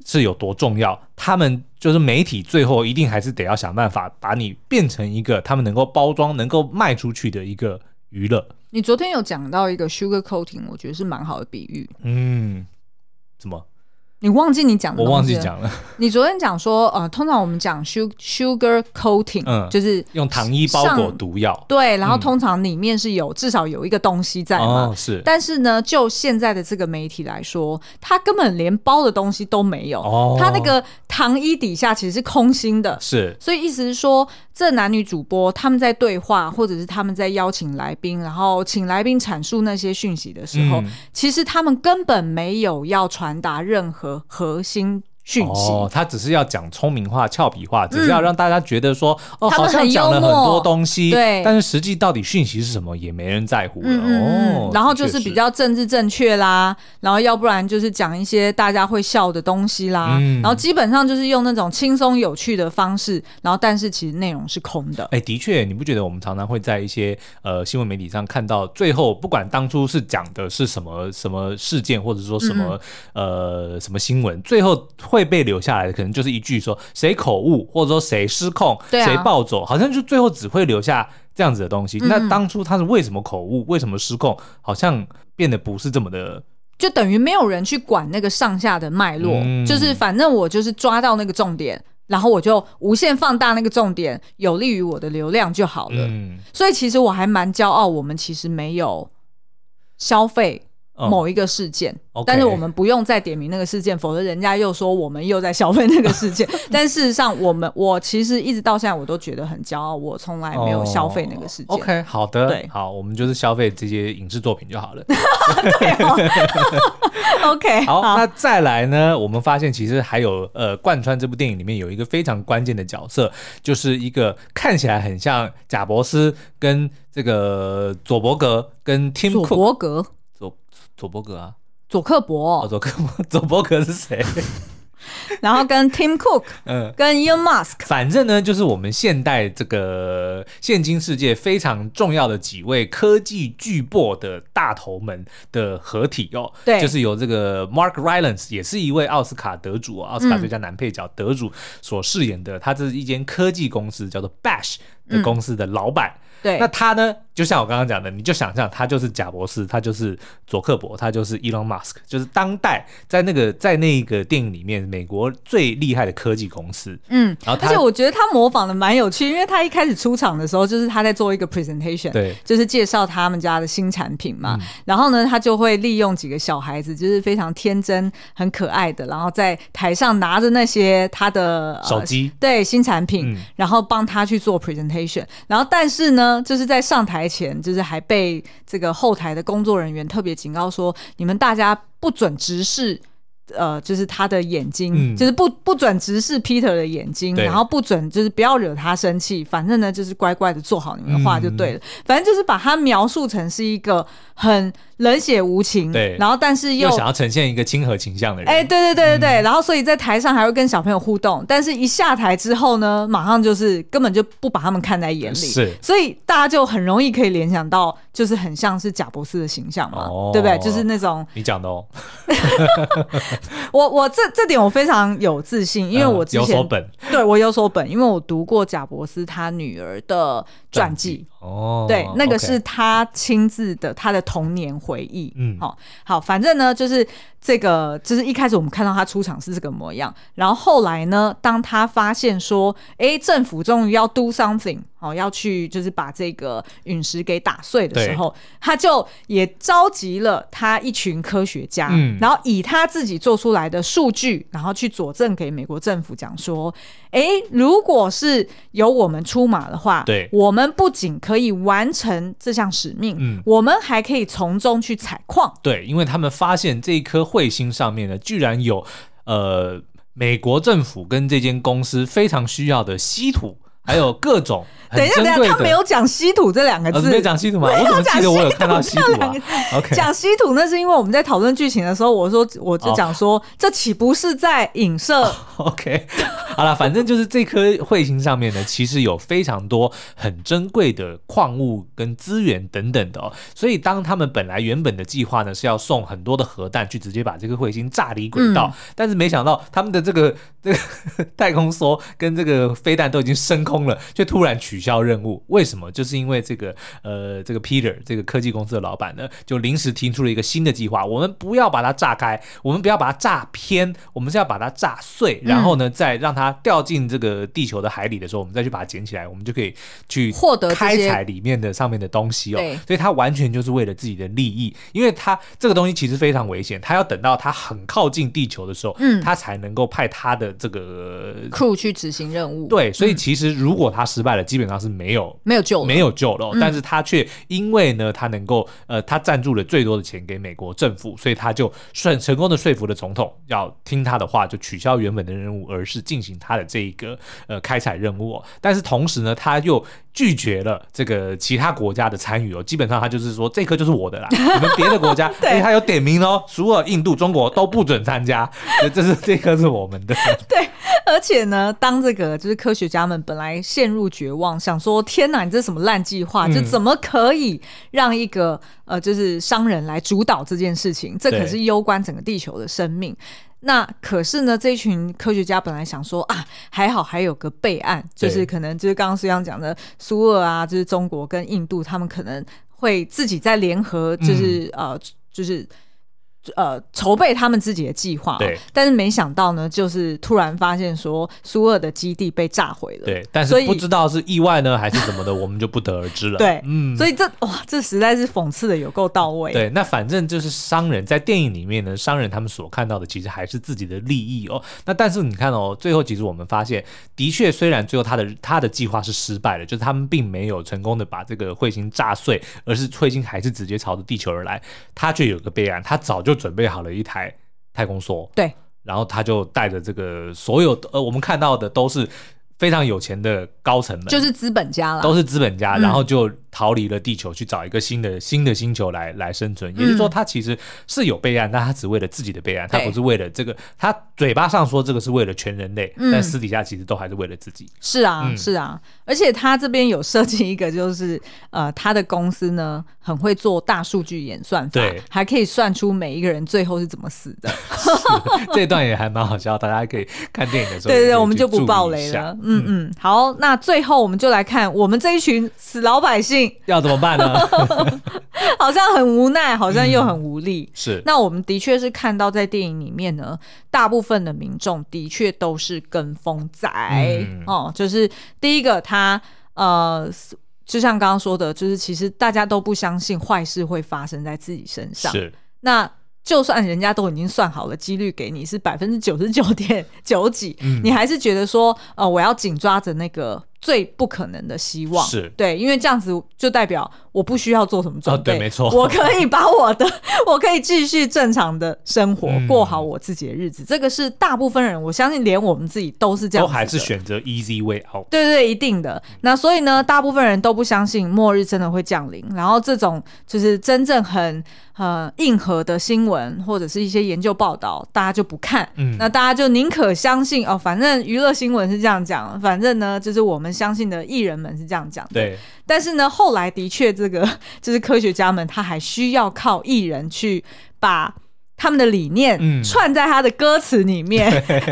S1: 是有多重要，他们就是媒体最后一定还是得要想办法把你变成一个他们能够包装、能够卖出去的一个娱乐。
S2: 你昨天有讲到一个 sugar coating，我觉得是蛮好的比喻。
S1: 嗯，怎么？
S2: 你忘记你讲的，
S1: 我忘记。讲了，
S2: 你昨天讲说，呃，通常我们讲 su- sugar coating，、
S1: 嗯
S2: 就是
S1: 用糖衣包裹毒药。
S2: 对，然后
S1: 嗯
S2: 通常里面是有、至少有一个东西在嘛。
S1: 哦，是
S2: 但是呢，就现在的这个媒体来说，它根本连包的东西都没有，
S1: 哦
S2: 它那个糖衣底下其实是空心的。
S1: 是，
S2: 所以意思是说，这男女主播他们在对话，或者是他们在邀请来宾，然后请来宾阐述那些讯息的时候，
S1: 嗯
S2: 其实他们根本没有要传达任何核心讯息。嗯
S1: 哦，他只是要讲聪明话、俏皮话，只是要让大家觉得说，哦，
S2: 他
S1: 好
S2: 们
S1: 像
S2: 很
S1: 讲了
S2: 幽
S1: 很
S2: 默
S1: 多东西，
S2: 对
S1: 但是实际到底讯息是什么，也没人在乎了。
S2: 嗯嗯
S1: 哦
S2: 嗯，，然后
S1: 的
S2: 就
S1: 确
S2: 是比较政治正确啦，然后要不然就是讲一些大家会笑的东西啦，
S1: 嗯
S2: 然后基本上就是用那种轻松有趣的方式，然后但是其实内容是空的。
S1: 哎、的确，你不觉得我们常常会在一些呃新闻媒体上看到，最后不管当初是讲的是什么什么事件，或者说什么
S2: 嗯
S1: 呃什么新闻，最后会被留下来的，可能就是一句说谁口误，或者说谁失控，
S2: 对啊
S1: 谁、暴走，好像就最后只会留下这样子的东西。
S2: 嗯
S1: 那当初他是为什么口误，为什么失控，好像变得不是这么的，
S2: 就等于没有人去管那个上下的脉络，
S1: 嗯
S2: 就是反正我就是抓到那个重点，然后我就无限放大那个重点，有利于我的流量就好了。
S1: 嗯，
S2: 所以其实我还蛮骄傲，我们其实没有消费
S1: 嗯
S2: 某一个事件，
S1: OK
S2: 但是我们不用再点名那个事件，否则人家又说我们又在消费那个
S1: [laughs]
S2: 事件。但事实上，我们我其实一直到现在我都觉得很骄傲，我从来没有消费那个事件。
S1: 哦 OK，好的
S2: 对，
S1: 好，我们就是消费这些影视作品就好了。
S2: OK，
S1: 好，那再来呢？我们发现其实还有呃，贯穿这部电影里面有一个非常关键的角色，就是一个看起来很像贾伯斯跟这个佐伯格跟 Tim
S2: 佐
S1: Cook
S2: 伯格、
S1: 佐佐伯格啊，
S2: 佐克伯，
S1: 哦，佐 [laughs] 克佐伯格是谁？
S2: 然后跟 Tim Cook
S1: 嗯。
S2: 跟 Elon Musk。
S1: 反正呢，就是我们现代这个现今世界非常重要的几位科技巨擘的大头们的合体哦。
S2: 对
S1: 就是由这个 Mark Rylance，也是一位奥斯卡得主哦，奥斯卡最佳男配角得主所饰演的。他这是一间科技公司，叫做 Bash 的公司的老板。
S2: 嗯对
S1: 那，他呢？就像我刚刚讲的，你就想象他就是贾博士，他就是佐克伯，他就是 Elon Musk，就是当代在那个在那个电影里面美国最厉害的科技公司。
S2: 嗯，
S1: 然后哦他
S2: 而且我觉得他模仿的蛮有趣，因为他一开始出场的时候，就是他在做一个 presentation，
S1: 对
S2: 就是介绍他们家的新产品嘛。
S1: 嗯
S2: 然后呢，他就会利用几个小孩子，就是非常天真、很可爱的，然后在台上拿着那些他的、呃
S1: 手机
S2: 对新产品，
S1: 嗯
S2: 然后帮他去做 presentation。然后但是呢，就是在上台前，就是还被这个后台的工作人员特别警告说，你们大家不准直视。呃，就是他的眼睛，
S1: 嗯
S2: 就是不不准直视 Peter 的眼睛，
S1: 对
S2: 然后不准就是不要惹他生气，反正呢就是乖乖的做好你们的话就对了。
S1: 嗯
S2: 反正就是把他描述成是一个很冷血无情，
S1: 对
S2: 然后但是
S1: 又想要呈现一个亲和倾向的人。
S2: 哎、对对对对对，
S1: 嗯
S2: 然后所以在台上还会跟小朋友互动，但是一下台之后呢，马上就是根本就不把他们看在眼里，
S1: 是
S2: 所以大家就很容易可以联想到，就是很像是贾伯斯的形象嘛，
S1: 哦
S2: 对不对？就是那种
S1: 你讲的哦，
S2: 哎我我这这点我非常有自信，因为我之
S1: 嗯有
S2: 前、
S1: 所本
S2: 对我有所本，因为我读过贾伯斯他女儿的传记，
S1: 哦，
S2: 对，那个
S1: OK
S2: 是他亲自的他的童年回忆。
S1: 嗯
S2: 好、好，反正呢，就是这个，就是一开始我们看到他出场是这个模样，然后后来呢，当他发现说，诶，政府终于要 do something，哦，要去就是把这个陨石给打碎的时候，他就也召集了他一群科学家，
S1: 嗯
S2: 然后以他自己做出来的数据，然后去佐证给美国政府讲说，诶，如果是由我们出马的话，
S1: 对
S2: 我们不仅可以完成这项使命，
S1: 嗯
S2: 我们还可以从中去采矿。
S1: 对，因为他们发现这一颗彗星上面呢，居然有呃美国政府跟这间公司非常需要的稀土，还有各种
S2: [laughs] 等
S1: 很
S2: 一下，
S1: 珍
S2: 等一
S1: 贵
S2: 下，他
S1: 的。
S2: 没有讲稀土这两个
S1: 呃，
S2: 字，
S1: 没有讲稀土吗？我怎么记得我有看到稀
S2: [laughs]
S1: 土啊？OK，
S2: 讲稀土，那是因为我们在讨论剧情的时候，我说我就讲说，
S1: 哦
S2: 这岂不是在影射？
S1: [laughs] OK，好了，反正就是这颗彗星上面呢，其实有非常多很珍贵的矿物跟资源等等的哦。所以当他们本来原本的计划呢是要送很多的核弹去直接把这颗彗星炸离轨道，但是没想到他们的这个这个 [laughs] 太空梭跟这个飞弹都已经升空了，却突然取消任务。为什么？就是因为这个呃，这个 Peter 这个科技公司的老板呢，就临时提出了一个新的计划，我们不要把它炸开，我们不要把它炸偏，我们是要把它炸碎，
S2: 嗯
S1: 然后呢，再让它掉进这个地球的海里的时候，我们再去把它捡起来，我们就可以去
S2: 获得这
S1: 开
S2: 些
S1: 采里面的上面的东西哦
S2: 对。
S1: 所以他完全就是为了自己的利益，因为他这个东西其实非常危险，他要等到他很靠近地球的时候，
S2: 嗯
S1: 他才能够派他的这个
S2: crew 去执行任务，
S1: 对，所以其实如果他失败了，基本上是没有
S2: 没有救了，
S1: 没有救了哦、
S2: 嗯
S1: 但是他却因为呢，他能够呃，他赞助了最多的钱给美国政府，所以他就算成功的说服了总统要听他的话，就取消原本的任务，而是进行他的这一个呃开采任务、哦。但是同时呢，他又拒绝了这个其他国家的参与哦，基本上他就是说这颗就是我的
S2: [laughs]
S1: 啦，你们别的国家，
S2: 对
S1: 因为他有点名哦，所有印度、中国都不准参
S2: [laughs]
S1: 加，这这是这颗是我们的。
S2: 而且呢，当这个就是科学家们本来陷入绝望，想说天哪，你这什么烂计划？
S1: 嗯
S2: 就怎么可以让一个呃，就是商人来主导这件事情？这
S1: 对
S2: 可是攸关整个地球的生命。那可是呢，这一群科学家本来想说啊，还好还有个备案，就
S1: 对
S2: 是可能就是刚刚苏阳讲的苏俄啊，就是中国跟印度，他们可能会自己在联合，就是、
S1: 嗯
S2: 呃，就是呃筹备他们自己的计划、哦
S1: 对，
S2: 但是没想到呢，就是突然发现说苏俄的基地被炸毁了。
S1: 对，但
S2: 所
S1: 是
S2: 以
S1: 不知道是意外呢还是什么的，我们就不得而知了。
S2: 对
S1: 嗯，
S2: 所以这哇，这实在是讽刺的有够到位。
S1: 对，那反正就是商人在电影里面呢，商人他们所看到的其实还是自己的利益哦。那但是你看哦，最后其实我们发现，的确虽然最后他的他的计划是失败了，就是他们并没有成功的把这个彗星炸碎，而是彗星还是直接朝着地球而来。他却有个备案，他早就准备好了一台太空梭。
S2: 对。
S1: 然后他就带着这个所有的呃，我们看到的都是非常有钱的高层们，
S2: 就是资本家啦。
S1: 都是资本家，
S2: 嗯
S1: 然后就逃离了地球，去找一个新的新的星球来来生存。也就是说，他其实是有备案，但他只为了自己的备案，他
S2: 嗯对
S1: 不是为了这个。他嘴巴上说这个是为了全人类，
S2: 嗯
S1: 但私底下其实都还是为了自己。 [laughs]
S2: 是啊，
S1: 嗯
S2: 是啊，而且他这边有设计一个，就是呃，他的公司呢很会做大数据演算法
S1: 对，
S2: 还可以算出每一个人最后是怎么死
S1: [laughs]
S2: 的。
S1: 这一段也还蛮好笑，大家可以看电影的时候也
S2: [laughs]
S1: 可以去注意一下，
S2: 对对对，我们就不爆雷了。嗯嗯，好，那最后我们就来看我们这一群死老百姓，
S1: 要怎么办呢？ [laughs]
S2: 好像很无奈，好像
S1: 嗯
S2: 又很无力。
S1: 是
S2: 那我们的确是看到，在电影里面呢，大部分的民众的确都是跟风仔、
S1: 嗯
S2: 哦，就是第一个他呃，就像刚刚说的，就是其实大家都不相信坏事会发生在自己身上。
S1: 是，
S2: [laughs] 那就算人家都已经算好了几率给你是百分之九十九点九几，
S1: 嗯
S2: 你还是觉得说，呃，我要紧抓着那个最不可能的希望，
S1: 是
S2: 对，因为这样子就代表我不需要做什么准备，
S1: 哦对没错
S2: 我可以把我的， [laughs] 我可以继续正常的生活，
S1: 嗯
S2: 过好我自己的日子。这个是大部分人，我相信连我们自己都是这样
S1: 都
S2: 子的，
S1: 还是选择 easy way out。
S2: 对对，一定的。那所以呢，大部分人都不相信末日真的会降临。然后这种就是真正很呃硬核的新闻或者是一些研究报道，大家就不看。
S1: 嗯
S2: 那大家就宁可相信哦，反正娱乐新闻是这样讲，反正呢就是我们相信的艺人们是这样讲的。
S1: 对，
S2: 但是呢，后来的确，这个 [laughs] 就是科学家们，他还需要靠艺人去把他们的理念
S1: 嗯
S2: 串在他的歌词里面，
S1: [laughs]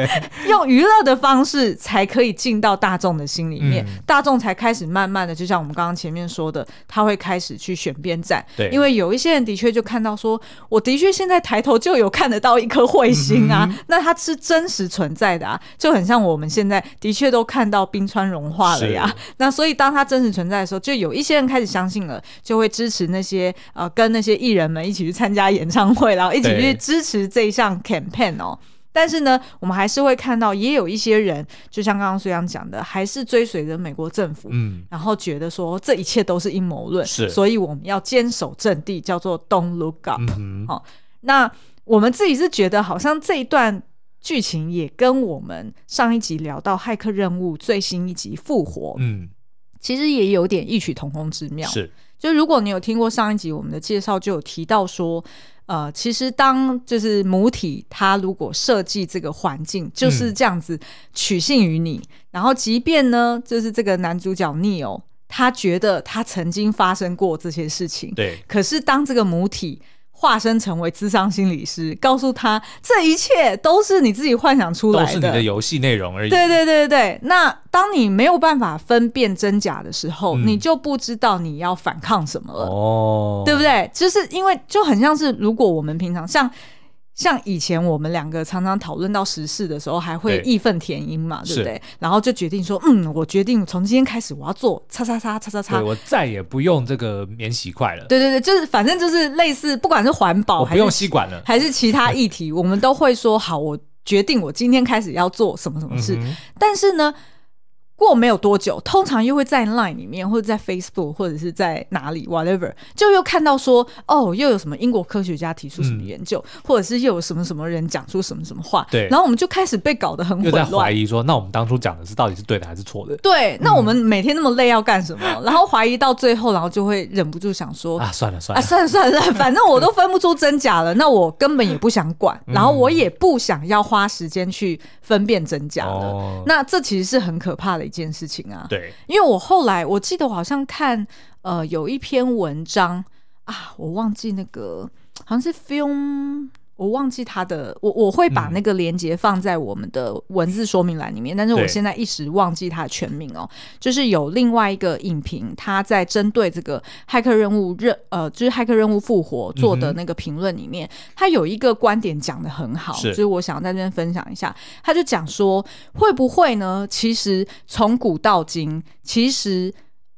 S2: 用娱乐的方式才可以进到大众的心里面，
S1: 嗯
S2: 大众才开始慢慢的，就像我们刚刚前面说的，他会开始去选边站，
S1: 对
S2: 因为有一些人的确就看到说，我的确现在抬头就有看得到一颗彗
S1: 嗯
S2: 星啊， [laughs] 那它是真实存在的啊，就很像我们现在的确都看到冰川融化了呀
S1: 是。
S2: 那所以当它真实存在的时候，就有一些人开始相信了，就会支持那些呃跟那些艺人们一起去参加演唱会，然后一起
S1: 对
S2: 去支持这一项 campaign 哦。但是呢，我们还是会看到，也有一些人，就像刚刚苏阳讲的，还是追随着美国政府，
S1: 嗯，
S2: 然后觉得说这一切都是阴谋论，
S1: 是
S2: 所以我们要坚守阵地，叫做 Don't Look Up。
S1: 嗯哼，
S2: 那我们自己是觉得，好像这一段剧情也跟我们上一集聊到《骇客任务》最新一集《复活》
S1: 嗯，
S2: 其实也有点异曲同工之妙。
S1: 是，
S2: 就如果你有听过上一集我们的介绍，就有提到说，呃，其实当就是母体它如果设计这个环境就是这样子取信于你，然后即便呢，就是这个男主角 Neo，他觉得他曾经发生过这些事情，
S1: 对，
S2: 可是当这个母体化身成为智商心理师，告诉他这一切都是你自己幻想出
S1: 都
S2: 来
S1: 是你的游戏内容而已。
S2: 对对对对对，那当你没有办法分辨真假的时候，
S1: 嗯
S2: 你就不知道你要反抗什么了，
S1: 哦，
S2: 对不对？就是因为就很像是，如果我们平常像像以前我们两个常常讨论到时事的时候，还会
S1: 对
S2: 义愤填膺嘛，对
S1: 是
S2: 不对？然后就决定说，嗯，我决定从今天开始我要做叉叉叉叉叉叉
S1: 对，。我再也不用这个免洗筷了，
S2: 对对对，就是反正就是类似，不管是环保
S1: 我
S2: 还
S1: 不
S2: 是
S1: 用吸管了。
S2: 还是其他议题，我们都会说好，我决定我今天开始要做什么什么事。
S1: 嗯哼
S2: 但是呢，过没有多久，通常又会在 Line 里面，或者在 Facebook，或者是在哪里 whatever，就又看到说哦，又有什么英国科学家提出什
S1: 嗯
S2: 么研究，或者是又有什么什么人讲出什么什么话，
S1: 对
S2: 然后我们就开始被搞得很
S1: 又
S2: 混
S1: 在
S2: 乱
S1: 怀。疑嗯说，那我们当初讲的是到底是对的还是错的
S2: 对，那我们每天那么累要干什么？
S1: [laughs]
S2: 然后怀疑到最后，然后就会忍不住想说
S1: 啊？算了算
S2: 啊，
S1: 了，
S2: 算了算了，反正我都分不出真假了，那我根本也不想管，然后我也不想要花时间去分辨真假了。
S1: 哦
S2: 那这其实是很可怕的一件事情啊。
S1: 对，
S2: 因为我后来我记得我好像看呃有一篇文章啊，我忘记那个好像是 film。我忘记它的，我我会把
S1: 嗯
S2: 那个链接放在我们的文字说明栏里面，但是我
S1: 对
S2: 现在一时忘记它的全名哦。就是有另外一个影评，他在针对这个骇客任务任呃，就是骇客任务复活做的
S1: 嗯哼
S2: 那个评论里面，他有一个观点讲的很好，
S1: 是
S2: 就是我想在这边分享一下。他就讲说，会不会呢？其实从古到今，其实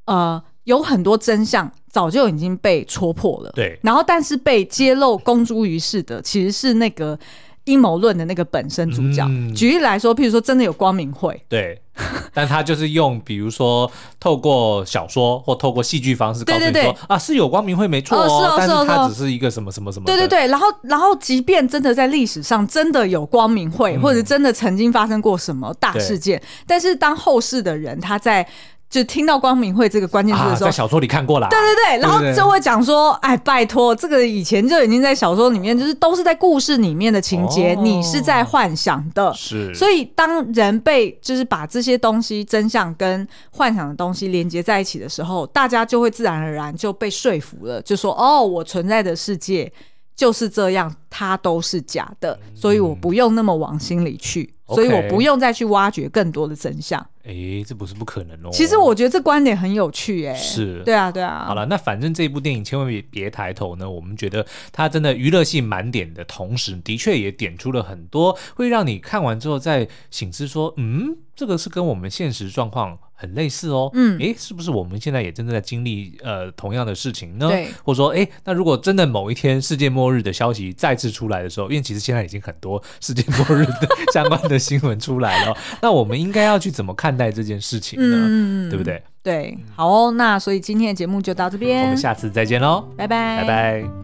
S2: 呃有很多真相早就已经被戳破了。
S1: 对
S2: 然后但是被揭露公诸于世的，其实是那个阴谋论的那个本身主角。
S1: 嗯哦
S2: 举例来说，譬如说，真的有光明会。
S1: 对， [laughs] 但他就是用比如说透过小说或透过戏剧方式告诉你
S2: 对对
S1: 说啊是有光明会没错
S2: 哦是哦
S1: 但
S2: 是哦
S1: 是
S2: 是哦
S1: 它只是一个什么什么什么的，
S2: 对对对，然后然后，即便真的在历史上真的有光明会，或者真的曾经发生过什么大
S1: 嗯对
S2: 事件，但是当后世的人他在就听到光明会这个关键字
S1: 啊，
S2: 的时候
S1: 在，小说里看过啦，
S2: 对对对，然后
S1: 对对对
S2: 就会讲说，哎，拜托，这个以前就已经在小说里面，就是都是在故事里面的情节，
S1: 哦
S2: 你是在幻想的。
S1: 是，
S2: 所以，当人被就是把这些东西真相跟幻想的东西连接在一起的时候，大家就会自然而然就被说服了，就说哦，我存在的世界就是这样，它都是假的，所以我不用那么往心里去，
S1: 嗯 OK
S2: 所以我不用再去挖掘更多的真相。
S1: 哎，这不是不可能哦。
S2: 其实我觉得这观点很有趣、哎，
S1: 是
S2: 对啊，对啊，
S1: 好了，那反正这部电影千万别别抬头呢。我们觉得它真的娱乐性满点的同时，的确也点出了很多会让你看完之后再醒思说，嗯，这个是跟我们现实状况很类似哦。
S2: 嗯
S1: 诶，是不是我们现在也正在经历呃同样的事情呢？
S2: 对
S1: 或者说，诶，那如果真的某一天世界末日的消息再次出来的时候，因为其实现在已经很多世界末日
S2: [laughs]
S1: 的相关的新闻出来了哦，那我们应该要去怎么看待这件事情呢？
S2: 嗯
S1: 对不对？
S2: 对，好哦，那所以今天的节目就到这边，
S1: 我们下次再见喽，
S2: 拜拜，
S1: 拜。拜